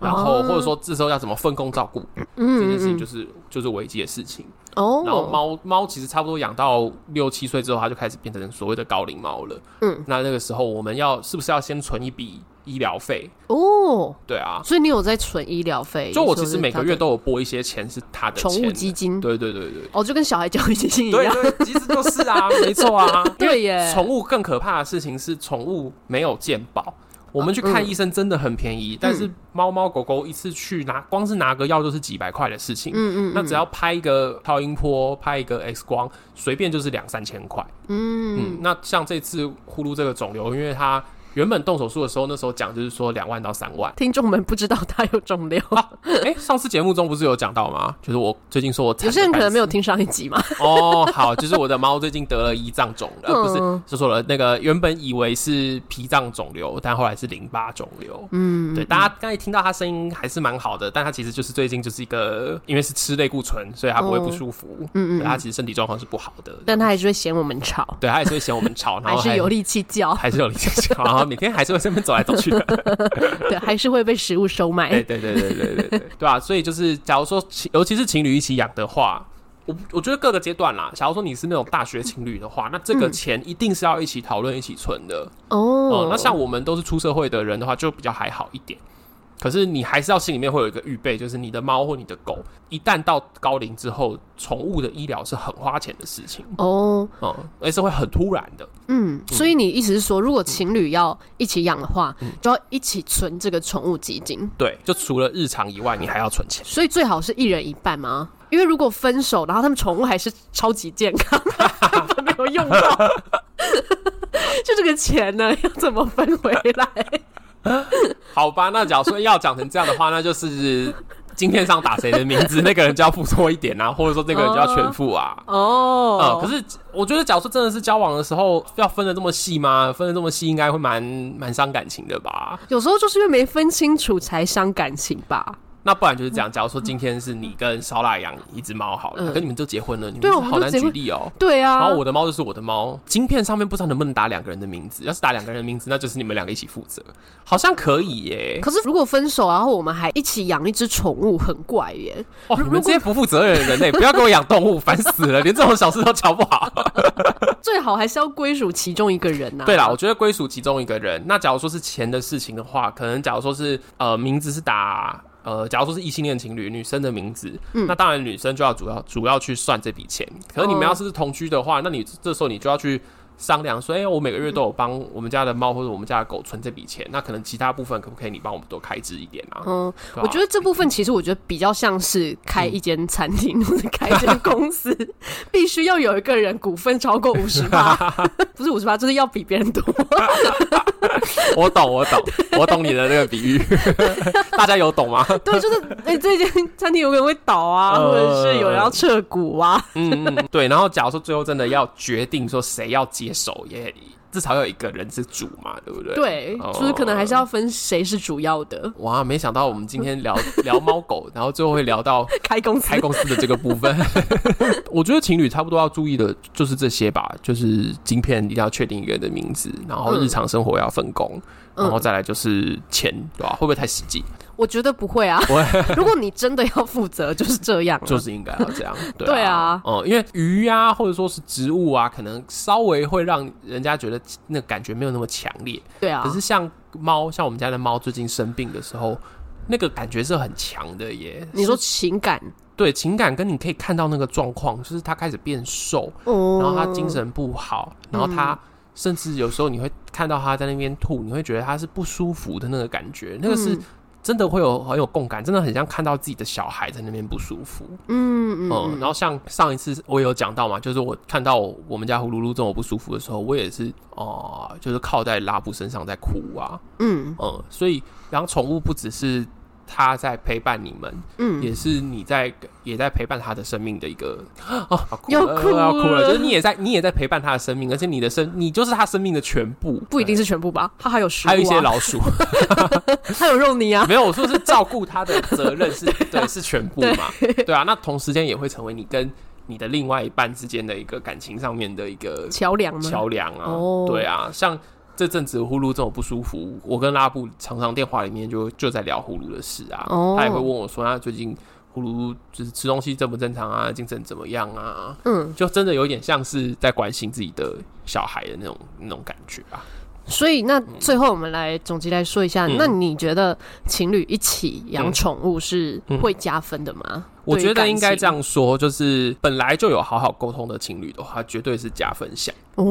A: 然后或者说这时候要怎么分工照顾？这件
B: 哦嗯
A: 事情就是就是危机的事情。
B: 哦，
A: 然后猫猫其实差不多养到六七岁之后，它就开始变成所谓的高龄猫了。
B: 嗯，
A: 那那个时候我们要是不是要先存一笔医疗费。
B: 哦，
A: 对啊，
B: 所以你有在存医疗费？
A: 就我
B: 说
A: 其实
B: 是
A: 每
B: 他
A: 个
B: 的
A: 月都有拨一些钱是他的
B: 宠物
A: 钱
B: 基金，
A: 对对对对。
B: 哦，就跟小孩教育基金一
A: 对
B: 样，
A: 对，其实就是 啊，没错啊。
B: 对耶，
A: 宠物更可怕的事情是，宠物没有健保。我们去
B: 嗯
A: 看医生真的很便宜，但是猫猫狗狗一次去拿，光是拿个药就是几百块的事情。嗯嗯，那只要拍一个超音波，拍一个 X 光，随便就是两三千块。嗯，那像这次呼噜这个肿瘤，因为它原本动手术的时候，那时候讲就是说两万到三万。
B: 听众们不知道他有肿瘤，
A: 哎、上次节目中不是有讲到吗？就是我最近说我惨
B: 有些人可
A: 得
B: 能
A: 半死
B: 没 有听上一集嘛。
A: 哦，好，就是我的猫最近得了胰脏肿了，
B: 嗯
A: 不是，说错了。那个原本以为是脾脏肿瘤，但后来是淋巴肿瘤。嗯，对，大家刚才听到它声音还是蛮好的，但它其实就是最近就是一个，因为是吃类固醇，所以它不会不舒服。嗯嗯，它其实身体状况是不好的，
B: 但他还是会嫌我们吵，
A: 对，它也是会嫌我们吵，然
B: 还
A: 后
B: 是有。力气叫，
A: 还是有理想，然后每天还是会这边走来走去的。
B: 对，还是会被食物收买
A: 对。对对对对对对，对啊，所以就是，假如说情，尤其是情侣一起养的话，我我觉得各个阶段啦，假如说你是那种大学情侣的话，那这个钱一定是要一起讨论、一起存的。哦、
B: 哦，
A: 那像我们都是出社会的人的话，就比较还好一点。可是你还是要心里面会有一个预备，就是你的猫或你的狗，一旦到高龄之后，宠物的医疗是很花钱的事情，
B: 哦，
A: 嗯，而且是会很突然的。
B: 嗯，所以你意思是说，如果情侣要一起养的话，
A: 嗯
B: 就要一起存这个宠物基金，
A: 对，就除了日常以外，你还要存钱。
B: 所以最好是一人一半吗？因为如果分手，然后他们宠物还是超级健康， 根本没有用到， 就这个钱呢，要怎么分回 来？
A: 好吧，那假如说要讲成这样的话，那就是今天上打谁的名字，那个人就要付多一点啊，或者说这个人就要全付啊。呃，
B: 哦，
A: 可是我觉得，假如说真的是交往的时候要分的这么细吗？分的这么细，应该会蛮蛮伤感情的吧？
B: 有时候就是因为没分清楚才伤感情吧。
A: 那不然就是这样，假如说今天是你跟烧腊养一只猫好了，
B: 嗯
A: 可你们就结婚了，你们
B: 对
A: 是
B: 我们
A: 好
B: 就
A: 难
B: 结
A: 举
B: 婚
A: 例哦、
B: 对啊，
A: 然后我的猫就是我的猫，晶片上面不知道能不能打两个人的名字，要是打两个人的名字，那就是你们两个一起负责，好像可以耶、
B: 可是如果分手，然后我们还一起养一只宠物，很怪耶。
A: 哇，哦你们这些不负责任的人类，不 要给我养动物，烦死了！连这种小事都瞧不 好。
B: 最好还是要归属其中一个人呐、啊。
A: 对啦，我觉得归属其中一个人。那假如说是钱的事情的话，可能假如说是呃名字是打呃，假如说是异性恋情侣，女生的名字，
B: 嗯
A: 那当然女生就要主要主要去算这笔钱。可是你们
B: 哦
A: 要是同居的话，那你这时候你就要去。商量说，哎、我每个月都有帮我们家的猫或者我们家的狗存这笔钱，那可能其他部分可不可以你帮我们多开支一点啊？
B: 嗯，
A: 对啊
B: 我觉得这部分其实我觉得比较像是开一间餐厅或者开一间公 司，必须要有一个人股份超过五十 趴，不是五十趴，就是要比别人多。
A: 我懂，我懂，我懂你的那个比 喻，大家有懂吗？
B: 对，就是哎、这间餐厅有可能会倒啊，
A: 嗯
B: 或者是有人要撤股啊。
A: 嗯， 嗯嗯对。然后假如说最后真的要决定说谁要接手，也至少有一个人是主嘛，对不对？
B: 对，哦就是可能还是
A: 要。
B: 要分谁是主要的，
A: 哇，没想到我们今天聊聊猫狗，然后最后会聊到
B: 开公司
A: 开公司的这个部 分。 我觉得情侣差不多要注意的就是这些吧，就是晶片一定要确定一个人的名字，然后
B: 嗯
A: 日常生活要分工，然后再来就是钱，对吧、会不会太实际？
B: 我觉得不会啊。 如果你真的要负责，就是这样、啊。
A: 就是应该要这样，对
B: 对啊
A: 嗯，因为鱼啊，或者说是植物啊，可能稍微会让人家觉得那感觉没有那么强烈。
B: 对啊
A: 可，是像猫，像我们家的猫最近生病的时候，那个感觉是很强的耶。
B: 你说情感
A: 对情感，跟你可以看到那个状况，就是它开始变瘦，
B: 哦嗯
A: 然后它精神不好，然后它甚至有时候你会看到它在那边吐，你会觉得它是不舒服的那个感觉，那
B: 嗯
A: 个是。真的会有很有共感，真的很像看到自己的小孩在那边不舒服。
B: 嗯嗯，
A: 嗯，然后像上一次我有讲到嘛，就是我看到我们家呼噜噜这种不舒服的时候，我也是哦、呃就是靠在拉布身上在哭啊，
B: 嗯
A: 嗯，所以养宠物不只是它在陪伴你们，
B: 嗯
A: 也是你在也在陪伴它的生命的一 个哦，好哭
B: 要
A: 了
B: 哭
A: 要哭了，
B: 了
A: 就是你也在你也在陪伴它的生命，而且你的生你就是它生命的全部，
B: 不一定是全部吧，它还有食物、啊，
A: 还有一些老 鼠，
B: 还有肉泥啊，
A: 没有，我说是照顾他的责任 是对，是全部嘛，对啊，那同时间也会成为你跟你的另外一半之间的一个感情上面的一个
B: 桥梁吗？
A: 桥梁啊，
B: 哦
A: 对啊，像这阵子呼噜这种不舒服，我跟拉布常常电话里面就就在聊呼噜的事啊，
B: 哦
A: 他也会问我说，他最近呼噜就是吃东西正不正常啊，精神怎么样啊，
B: 嗯，
A: 就真的有点像是在关心自己的小孩的那种那种感觉啊，
B: 所以那最后我们来总结来说一下，
A: 嗯
B: 那你觉得情侣一起养宠物是
A: 嗯
B: 会加分的吗？
A: 我
B: 对于
A: 觉得应该
B: 感情
A: 这样说，就是本来就有好好沟通的情侣的话，绝对是加分项
B: 哦，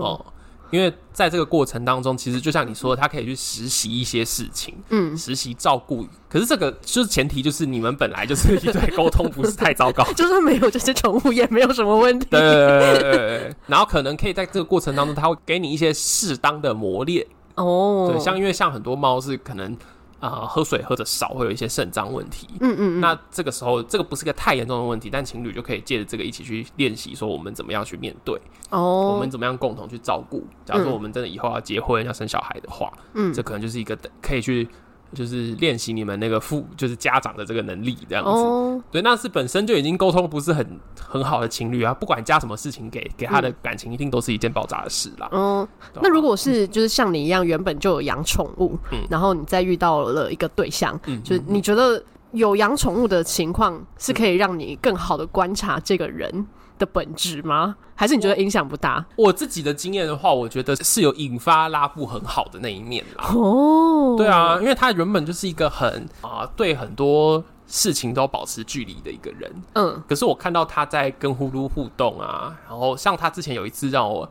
A: 哦。因为在这个过程当中，其实就像你说的，他可以去实习一些事情，
B: 嗯，
A: 实习照顾。可是这个就是前提，就是你们本来就是一对沟通不是太 糟糕。
B: 就是没有这些宠物也没有什么问题。
A: 对对对对对对然后可能可以在这个过程当中，他会给你一些适当的磨练。
B: 哦，
A: 对，像因为像很多猫是可能啊、呃喝水喝的少，会有一些肾脏问题。
B: 嗯嗯嗯，
A: 那这个时候，这个不是个太严重的问题，但情侣就可以借着这个一起去练习，说我们怎么样去面对，
B: 哦，
A: 我们怎么样共同去照顾。假如说我们真的以后要结婚、要生小孩的话，
B: 嗯
A: 这可能就是一个可以去就是练习你们那个父就是家长的这个能力这样子。
B: 哦，
A: 对，那是本身就已经沟通不是很很好的情侣啊，不管加什么事情给给他的感情，一定都是一件爆炸的事啦。
B: 嗯哦，
A: 对吧啊
B: 那如果是就是像你一样原本就有养宠物，
A: 嗯
B: 然后你再遇到了一个对象，
A: 嗯
B: 就是你觉得有养宠物的情况是可以让你更好的观察这个人的本质吗？还是你觉得影响不大？
A: 我自己的经验的话，我觉得是有引发拉布很好的那一面啦。
B: 哦，
A: 对，啊，因为他原本就是一个很啊、对很多事情都保持距离的一个人。
B: 嗯，
A: 可是我看到他在跟呼噜互动啊，然后像他之前有一次让我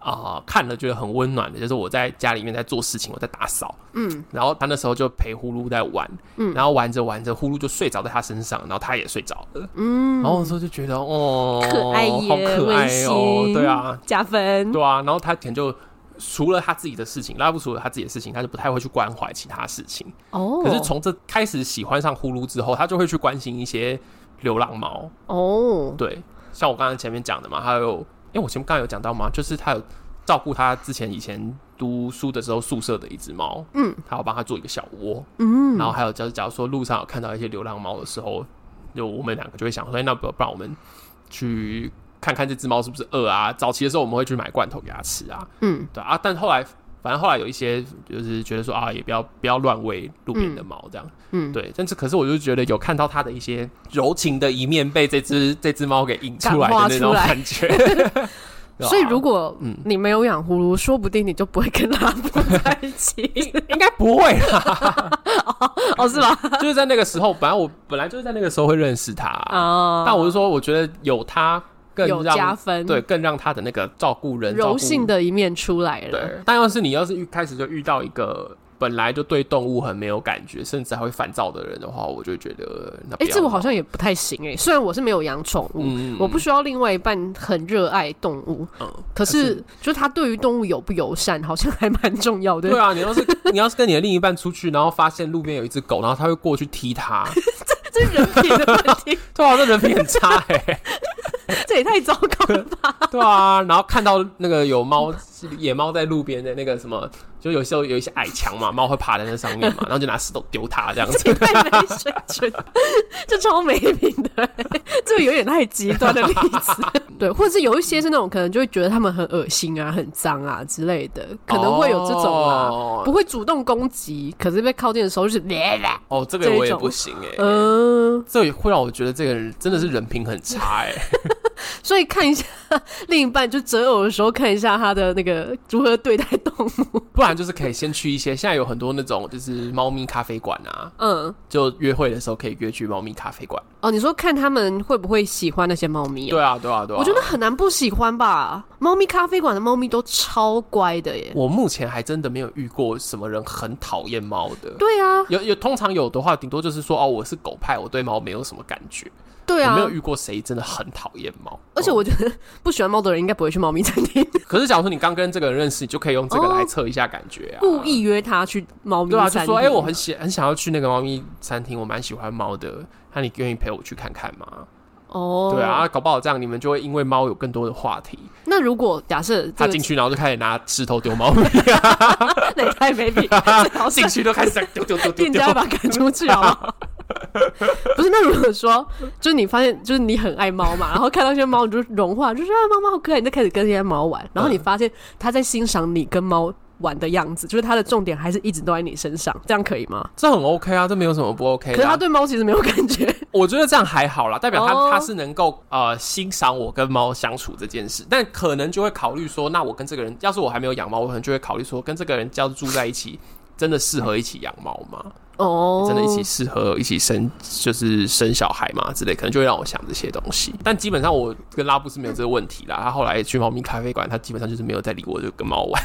A: 啊、看了觉得很温暖的，就是我在家里面在做事情，我在打扫，嗯，然后他那时候就陪呼噜在玩，嗯，然后玩着玩着呼噜就睡着在他身上，然后他也睡着了，嗯，然后我时候就觉得哦，
B: 可爱耶，
A: 好可
B: 温
A: 爱
B: 馨，
A: 哦，对啊，，
B: 加分，
A: 对啊，然后他以前就除了他自己的事情，拉布除了他自己的事情，他就不太会去关怀其他事情。
B: 哦，
A: 可是从这开始喜欢上呼噜之后，他就会去关心一些流浪猫。
B: 哦，
A: 对，像我刚才前面讲的嘛，还有，哎、我前面刚刚有讲到吗？就是他有照顾他之前以前读书的时候宿舍的一只猫，嗯，他有帮他做一个小窝，嗯，然后还有就是假如说路上有看到一些流浪猫的时候，就我们两个就会想说，诶哎那不不然我们去看看这只猫是不是饿啊？早期的时候我们会去买罐头给它吃啊，
B: 嗯，
A: 对啊，但后来。反正后来有一些就是觉得说啊，也不要不要乱喂路边的猫这样，
B: 嗯
A: 对。但是可是我就觉得有看到它的一些柔情的一面被这只这只猫给引出来的那
B: 感化出
A: 种
B: 来
A: 感觉。 对啊
B: 所以如果你没有养呼噜，说不定你就不会跟 拉布在一起，
A: 应该不会啦，
B: 哦，是吧？
A: 就是在那个时候，本来我本来就是在那个时候会认识他，
B: 啊，
A: 但我是说，我觉得有他更
B: 有
A: 让
B: 加分，
A: 对，更让他的那个照顾人
B: 柔性
A: 的
B: 的一面出来了。
A: 对。但要是你要是一开始就遇到一个。本来就对动物很没有感觉，甚至还会烦躁的人的话，我就觉得呃那
B: 哎、
A: 不要
B: 这我
A: 了
B: 好像也不太行哎、虽然我是没有养宠物，
A: 嗯嗯
B: 我不需要另外一半很热爱动物，
A: 嗯
B: 可是就是他对于动物友不友善，好像还蛮重要的。
A: 对啊，你要是 你要是跟你的另一半出去，然后发现路边有一只狗，然后他会 过去踢它，
B: 这是人品的问题，
A: 对啊，这人品很差哎、
B: 这也太糟糕了吧？
A: 对啊，然后看到那个有猫野猫在路边的那个什么，就有时候有一些矮墙嘛，猫会爬在那 上面嘛，然后就拿石头丢它这样子。
B: 这也太没水准，这超没品的、欸，这个有点太极端的例子。 对，或者是有一些是那种可能就会觉得他们很恶心啊、很脏啊之类的，可能会有这种啊。
A: 哦
B: 不会主动攻击，可是被靠近的时候就是，
A: 哦，这个我
B: 这一
A: 也
B: 种
A: 不行哎、
B: 嗯、
A: 这也会让我觉得这个人真的是人品很差哎、
B: 所以看一下另一半，就择偶的时候看一下他的那个如何对待动物。
A: 不然就是可以先去一些现在有很多那种就是猫咪咖啡馆啊，
B: 嗯，
A: 就约会的时候可以约去猫咪咖啡馆。
B: 哦，你说看他们会不会喜欢那些猫咪、
A: 对，啊，对啊，对啊。
B: 我觉得很难不喜欢吧。猫咪咖啡馆的猫咪都超乖的耶。
A: 我目前还真的没有遇过什么人很讨厌猫的。
B: 对啊，
A: 有有，通常有的话，顶多就是说哦，我是狗派，我对猫没有什么感觉。
B: 对
A: 我
B: 啊
A: 没，有遇过谁真的很讨厌猫。
B: 而且
A: 哦，
B: 我觉得不喜欢猫的人应该不会去猫咪餐厅，
A: 可是假如说你刚跟这个人认识，你就可以用这个
B: 哦
A: 来测一下感觉啊。
B: 故意约他去猫咪
A: 对啊，
B: 餐
A: 就
B: 厅。
A: 说哎、我很喜很想要去那个猫咪餐厅，我蛮喜欢猫的，那你愿意陪我去看看吗？
B: 哦，
A: 对啊，。搞不好这样你们就会因为猫有更多的话题。
B: 那如果假设这
A: 他
B: 个
A: 进去然后就开始拿石 头丢猫咪，
B: 那也太没品，最好是
A: 进去都开始在丢丢丢丢
B: 店
A: 丢
B: 家。要把它赶出去好不好？不是，那如果说就是你发现就是你很爱猫嘛，然后看到一些猫你就融化，就是啊猫猫好可爱，你就开始跟这些猫玩，然后你发现它在欣赏你跟猫玩的样子，就是它的重点还是一直都在你身上，这样可以吗？
A: 这很 OK 啊，这没有什么不 OK
B: 可
A: 的啊。
B: 是他对猫其实没有感觉，
A: 我觉得这样还好啦，代表他、
B: 哦
A: 他是能够呃欣赏我跟猫相处这件事，但可能就会考虑说，那我跟这个人，要是我还没有养猫，我可能就会考虑说，跟这个人要是住在一起，真的适合一起养猫吗？
B: 哦，
A: 真的一起适合一起生就是生小孩嘛之类，可能就会让我想这些东西。但基本上我跟拉布是没有这个问题啦。他后来去猫咪咖啡馆，他基本上就是没有再理我，就跟猫 玩。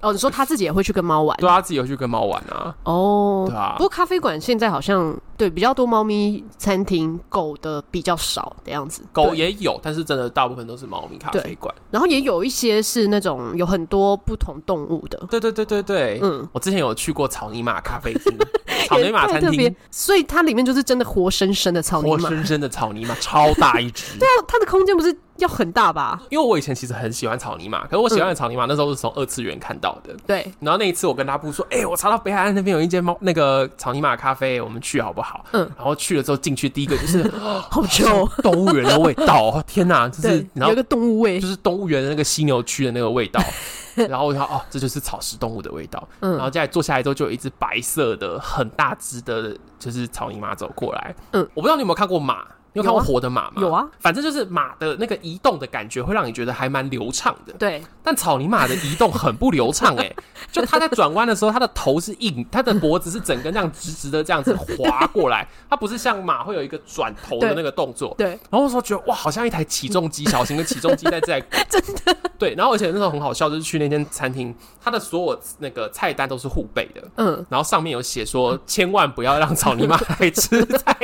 B: 哦，你说他自己也会去跟猫玩？
A: 对啊，他自己有去跟猫玩啊。
B: 哦，
A: 对啊
B: 不过咖啡馆现在好像对比较多猫咪餐厅，狗的比较少的样子。
A: 狗
B: 对
A: 也有，但是真的大部分都是猫咪咖啡馆。
B: 然后也有一些是那种有很多不同动物的。
A: 对对对对对，
B: 嗯，
A: 我之前有去过草泥马咖啡 厅、草泥马
B: 也太特
A: 餐
B: 别
A: 厅，，
B: 所以它里面就是真的活生生的草泥
A: 活
B: 马。
A: 生生的草泥马，超大一 只。
B: 它它的空间不是要很大吧？
A: 因为我以前其实很喜欢草泥马，可是我喜欢的草泥马那时候是从二次元看到的。
B: 对，
A: 然后那一次我跟拉布说，哎、我查到北海岸那边有一间猫那个草泥马咖啡，我们去好不好？
B: 嗯，
A: 然后去了之后进去第一个就是 哦
B: 好 臭。
A: 动物园的味道，哦天哪，就是
B: 对，
A: 然
B: 有一
A: 后
B: 个动物味
A: 就。是动物园的那个犀牛区的那个味 道。然后我就想，哦，这就是草食动物的味道。
B: 嗯
A: 然后再坐下来之后，就有一只白色的很大只的，就是草泥马走过来。
B: 嗯
A: 我不知道你有没有看过马，你有看
B: 有
A: 过
B: 啊
A: 活的马吗？
B: 有啊，
A: 反正就是马的那个移动的感觉，会让你觉得还蛮流畅的。
B: 对，
A: 但草泥马的移动很不流畅哎、 就它在转弯的时候，它的头是硬，它的脖子是整根这样直直的这样子滑过来，它不是像马会有一个转头的那个动作。
B: 对，
A: 然后我说觉得哇，好像一台起重机，小型的起重机在在真的对。然后而且那时候很好笑，就是去那间餐厅，它的所有那个菜单都是互备的，
B: 嗯，
A: 然后上面有写说千万不要让草泥马来吃菜，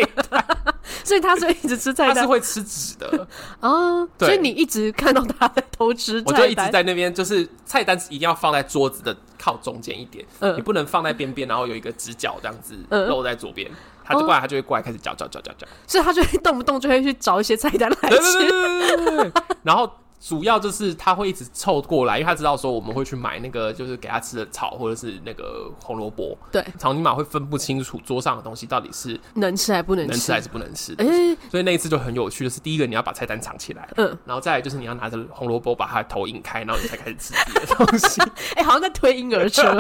B: 所以它是一直吃菜
A: 它是
B: 单
A: 会吃纸的。
B: 啊，
A: 对
B: 所以你一直看到它在偷吃
A: 我就一
B: 菜单。
A: 直在那边，就是菜单一定要放在桌子的靠中间一点，
B: 嗯
A: 你不能放在边边，然后有一个直角这样子
B: 嗯
A: 露在左边，他就
B: 哦
A: 过来，他就会过来开始搅搅搅搅搅，
B: 所以它就会动不动就会去找一些菜单来
A: 对对对
B: 吃。
A: 对对对对， 然后。主要就是他会一直凑过来，因为他知道说我们会去买那个就是给他吃的草或者是那个红萝卜，
B: 对，
A: 草泥马会分不清楚桌上的东西到底是
B: 能吃还不能
A: 能吃
B: 吃
A: 还？是不能吃的
B: 哎，
A: 所以那一次就很有趣，就是第一个你要把菜单藏起来，
B: 嗯，
A: 然后再来就是你要拿着红萝卜把它的头引开，然后你才开始吃别的东西。
B: 哎，好像在推婴儿 车。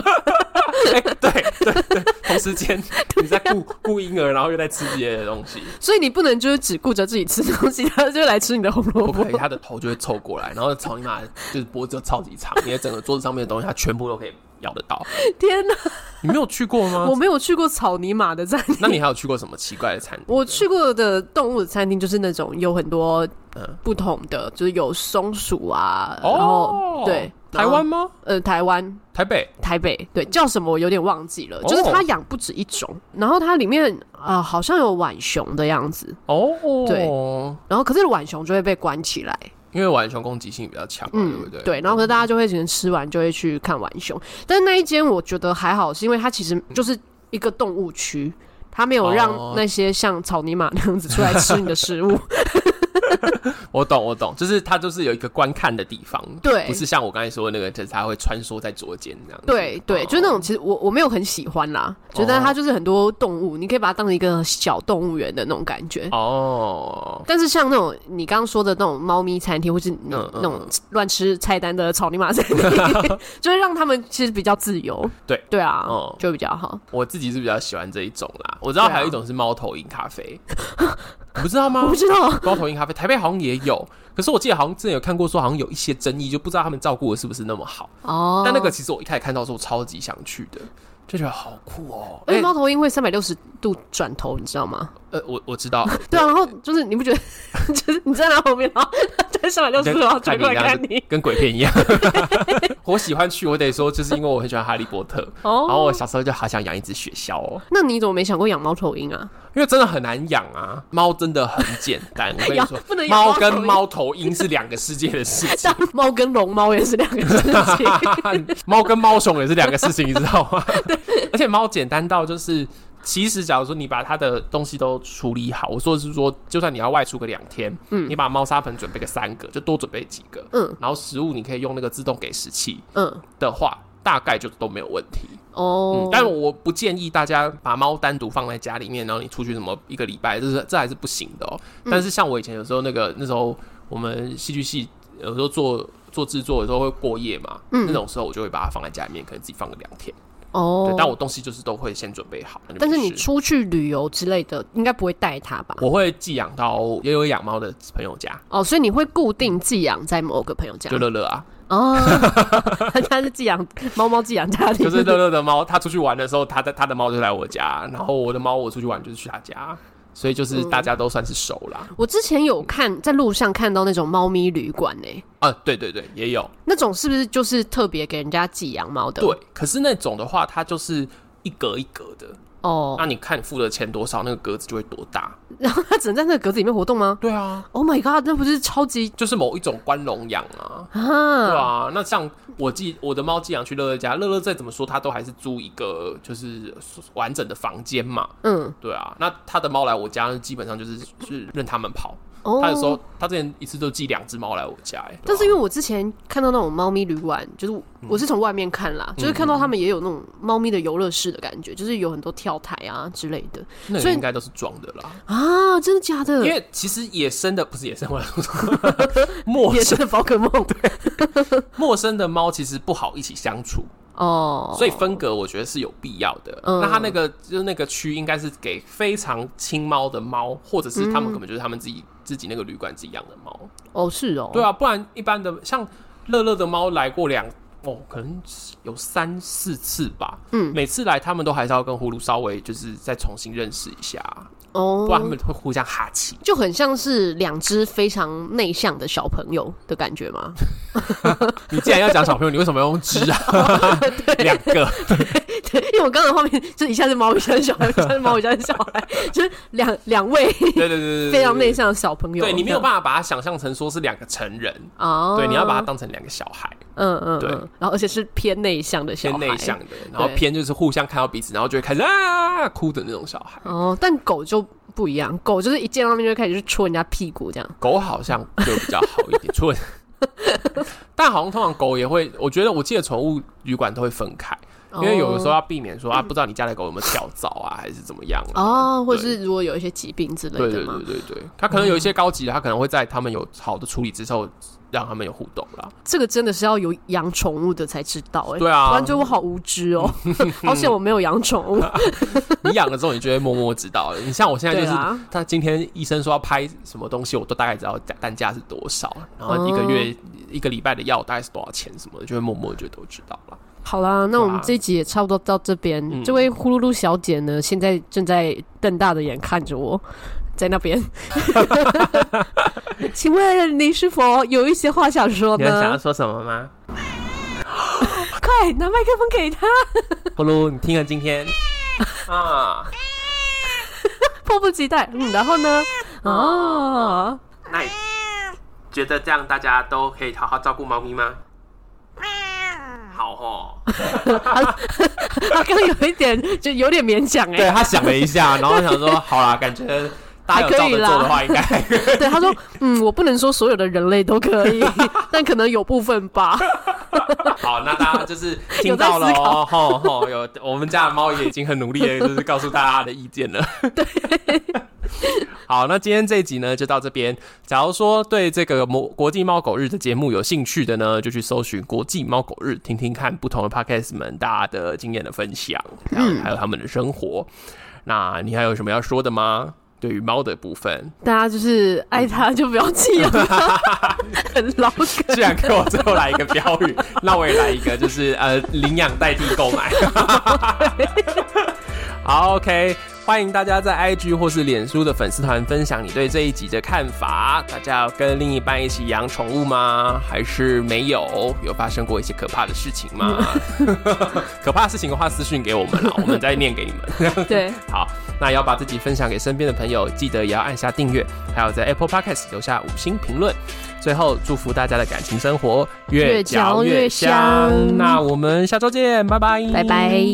A: 哎对对对， 同时间你在顾顾婴儿，然后又在吃别的东西，
B: 所以你不能就是只顾着自己吃东西，他就来吃你的红萝
A: 不
B: 卜
A: 可以，。他的头就会凑过来，然后草泥马就是脖子就超级长，你的整个桌子上面的东西，它全部都可以咬得到。
B: 天哪，
A: 你没有去过吗
B: 我？没有去过草泥马的餐厅。
A: 那你还有去过什么奇怪的餐厅？
B: 我去过的动物的餐厅就是那种有很多
A: 嗯
B: 不同的，就是有松鼠啊，然
A: 哦
B: 后，对，
A: 台
B: 然
A: 湾
B: 后
A: 吗？
B: 呃台湾。
A: 台北
B: 台北对叫什么我有点忘记了，
A: 哦
B: 就是它养不止一种，然后它里面啊好像有浣熊的样子，
A: 哦，
B: 对，然后可是浣熊就会被关起来，
A: 因为浣熊攻击性比较强嘛，对不对？
B: 嗯对，然后可是大家就会可能吃完就会去看浣熊，但是那一间我觉得还好，是因为它其实就是一个动物区，它没有
A: 嗯哦
B: 让那些像草泥马那样子出来吃你的食 物。
A: 我懂，我懂，就是它就是有一个观看的地方，
B: 对
A: 不是像我刚才说的那个，就是它会穿梭在左间这样子。
B: 对对，
A: 哦
B: 就是那种其实我我没有很喜欢啦，觉
A: 哦
B: 得它就是很多动物，你可以把它当成一个小动物园的那种感觉。
A: 哦，
B: 但是像那种你刚刚说的那种猫咪餐厅，或是你
A: 嗯嗯
B: 那种乱吃菜单的草泥马餐厅， 就会让他们其实比较自由。
A: 对
B: 对啊，
A: 哦
B: 就比较好。
A: 我自己是比较喜欢这一种啦。我知道还有一种是猫头鹰咖啡，你不知道
B: 啊 我
A: 吗
B: 不？知道，
A: 猫头鹰咖啡台北好像也有，可是我记得好像之前有看过，说好像有一些争议，就不知道他们照顾的是不是那么好。
B: 哦，
A: 但那个其实我一开始看到的时候，我超级想去的，就觉得好酷哦、
B: 而且
A: 哎
B: 猫头鹰会三百六十度转头，你知道吗？
A: 呃，我我知道，
B: 对啊，然后就是你不觉得， 就是你站在后面，然后啊在三百六十度，然后转过来看你。
A: 跟鬼片一样。 我喜欢去，我得说，就是因为我很喜欢哈利波特，然后
B: 哦
A: 我，小时候就好想养一只雪橇哦，
B: 那你怎么没想过养猫头鹰啊？
A: 因为真的很难养啊。猫真的很简单，我跟你
B: 养
A: 说，
B: 不能养
A: 猫
B: 猫
A: 跟
B: 头鹰
A: 猫头鹰是两个世界的事情
B: 像。猫跟龙猫也是两个事情。
A: 啊猫跟猫熊也是两个事情，你知道吗？而且猫简单到就是，其实假如说你把它的东西都处理好，我说的是说，就算你要外出个两天，嗯，你把猫砂盆准备个三个，就多准备几个，
B: 嗯，
A: 然后食物你可以用那个自动给食器
B: 嗯，
A: 的话，大概就都没有问题。
B: 哦
A: 嗯，，但我不建议大家把猫单独放在家里面，然后你出去什么一个礼拜，这是这还是
B: 嗯
A: 不行的哦、但是像我以前有时候那个那时候我们戏剧系有时候做做制作的时候会过夜嘛，
B: 嗯
A: 那种时候我就会把它放在家里面，可能自己放个两天。
B: 哦
A: 对，，但我东西就是都会先准备好。那就
B: 但是
A: 没
B: 你
A: 事
B: 出去旅游之类的，应该不会带它吧？
A: 我会寄养到也有养猫的朋友家，
B: 哦，所以你会固定寄养在某个朋友家
A: 就乐乐 啊，
B: 哦，他家是寄养猫猫寄养家庭，
A: 就是乐乐的猫，它出去玩的时候，它的它的猫就来我家，然后我的猫我出去玩就是去它家，所以
B: 嗯
A: 就是大家都算是熟啦。
B: 我之前有看在路上看到那种猫咪旅馆欸呢、
A: 啊，对对对，也有
B: 那种是不是就是特别给人家寄养猫的？
A: 对，可是那种的话，它就是一格一格的，
B: 哦，
A: 那你看你付的钱多少，那个格子就会多大。
B: 然后它只 能在那个格子里面活动吗
A: 对啊，
B: ？Oh my god，那不是超级
A: 就是某一种关笼养啊。对
B: 啊？
A: 啊，那像我寄我的猫寄养去乐乐家，乐乐再怎么说，它都还是租一个就是完整的房间嘛。
B: 嗯，
A: 对啊，那他的猫来我家，基本上就是是任他们跑。
B: 哦，
A: 他有时候他之前一次就寄两只猫来我家、欸，
B: 但是因
A: 为
B: 为我之前看到那种猫咪旅馆，就是我是从外面看
A: 嗯
B: 啦，就是看到他们也有那种猫咪的游乐室的感觉，就是有很多跳台啊之类的
A: 那
B: 所
A: 个
B: 以
A: 应该都是装的啦。
B: 啊，真的假的？
A: 因为其实野生的不是野生，我来说 陌
B: 野
A: 生
B: 生的宝可 梦
A: 陌生的猫其实不好一起相处，
B: 哦，
A: 所以分隔我觉得是有必要的。
B: 嗯
A: 那它那个就是那个区应该是给非常亲猫的猫，或者是他们根本就是他们自己、自己那个旅馆自己养的猫。
B: 哦是哦，
A: 对啊，不然一般的像乐乐的猫来过两哦，可能有三四次吧。嗯，每次来他们都还是要跟呼噜稍微就是再重新认识一下，
B: 哦，
A: 不然他们会互相哈气。
B: 就很像是两只非常内向的小朋友的感觉吗？
A: 你既然要讲小朋友，你为什么要用 只啊？两个，
B: 对，因为我刚刚的画面就是一下是猫，一下是小孩，一下是猫，一下是小孩，就是两两位
A: 对对对对，对
B: 非常内。向的小朋友。
A: 对你没有办法把它想象成说是两个成人，
B: 法哦，
A: 对，你要把它当成两个小孩，
B: 嗯嗯
A: 对
B: 嗯，然后而且是偏内向的小
A: 偏
B: 孩，
A: 内向的，然后
B: 对
A: 偏就是互相看到彼此，然后就会开始啊哭的那种小孩。
B: 哦，但狗就不一样，狗就是一见到面就开始去戳人家屁股这样。
A: 狗好像就比较好一点，除了 但好像通常狗也会，我觉得我记得宠物旅馆都会分开，
B: 哦
A: 因为有的时候要避免说啊，不知道你家的狗有没有跳蚤啊，还是怎么样啊
B: 哦，或
A: 对
B: 者是如果有一些疾病之类
A: 对
B: 的
A: 对
B: 嘛
A: 对，对对，它可能有一些高级的，它可能会在他们有好的处理之后，让他们有互动啦。
B: 这个真的是要有养宠物的才知道哎、
A: 对啊
B: 不然就我好无知 哦，好险我没有养宠物。
A: 你养了之后，你就会默默知道了。你像我现在就
B: 对啊
A: 是
B: 啦，
A: 他今天医生说要拍什么东西，我都大概知道单价是多少，然后一个月、一个礼拜的药大概是多少钱什么的，就会默默就都知道了。
B: 好啦，那我们
A: 哇
B: 这一集也差不多到这边。
A: 嗯
B: 这位呼噜噜小姐呢，现在正在瞪大的眼看着我，在那 边。请问你是否有一些话想说
A: 你还想要
B: 呢？
A: 说什么 吗？
B: 快拿麦克风给她，
A: 咕噜，你听了今天啊，
B: 迫不及待。嗯，然后 呢？ 哦，
A: 那你觉得这样大家都可以好好照顾猫咪吗？好哦，
B: 她刚刚有一点，就有点勉强哎、
A: 对他想了一下，然后想说，好啦，感觉大家有照着做的话，应该还可以
B: 对，她说，嗯，我不能说所有的人类都可 以，但可能有部分吧。
A: 好。那大家就是听到 了
B: 有在思
A: 哦， 吼吼，有我们家的猫也已经很努力了，就是告诉大家的意见了。 对。 好，那今天这一集呢就到这边。假如说对这个国国际猫狗日的节目有兴趣的呢，就去搜寻国际猫狗日，听听看不同的 podcast 们大家的经验的分享，
B: 嗯
A: 还有还有他们的生活。那你还有什么要说的吗？对于猫的部分，
B: 大家就是爱她就不要弃 养她，很老梗
A: 居。然给我最后来一个标语，那我也来一个，就是呃，领养代替购买。 好，OK，欢迎大家在 IG 或是脸书的粉丝团分享你对这一集的看法。大家有跟另一半一起养宠物吗？还是没有？有发生过一些可怕的事情吗？可怕的事情的话，私讯给我们啦，我们再念给你们。
B: 对。
A: 好，那也要把自己分享给身边的朋友，记得也要按下订阅，还有在 Apple Podcast 留下五星评论。最后，祝福大家的感情生活
B: 越嚼越香
A: 那我们下周见，拜拜，
B: 拜拜。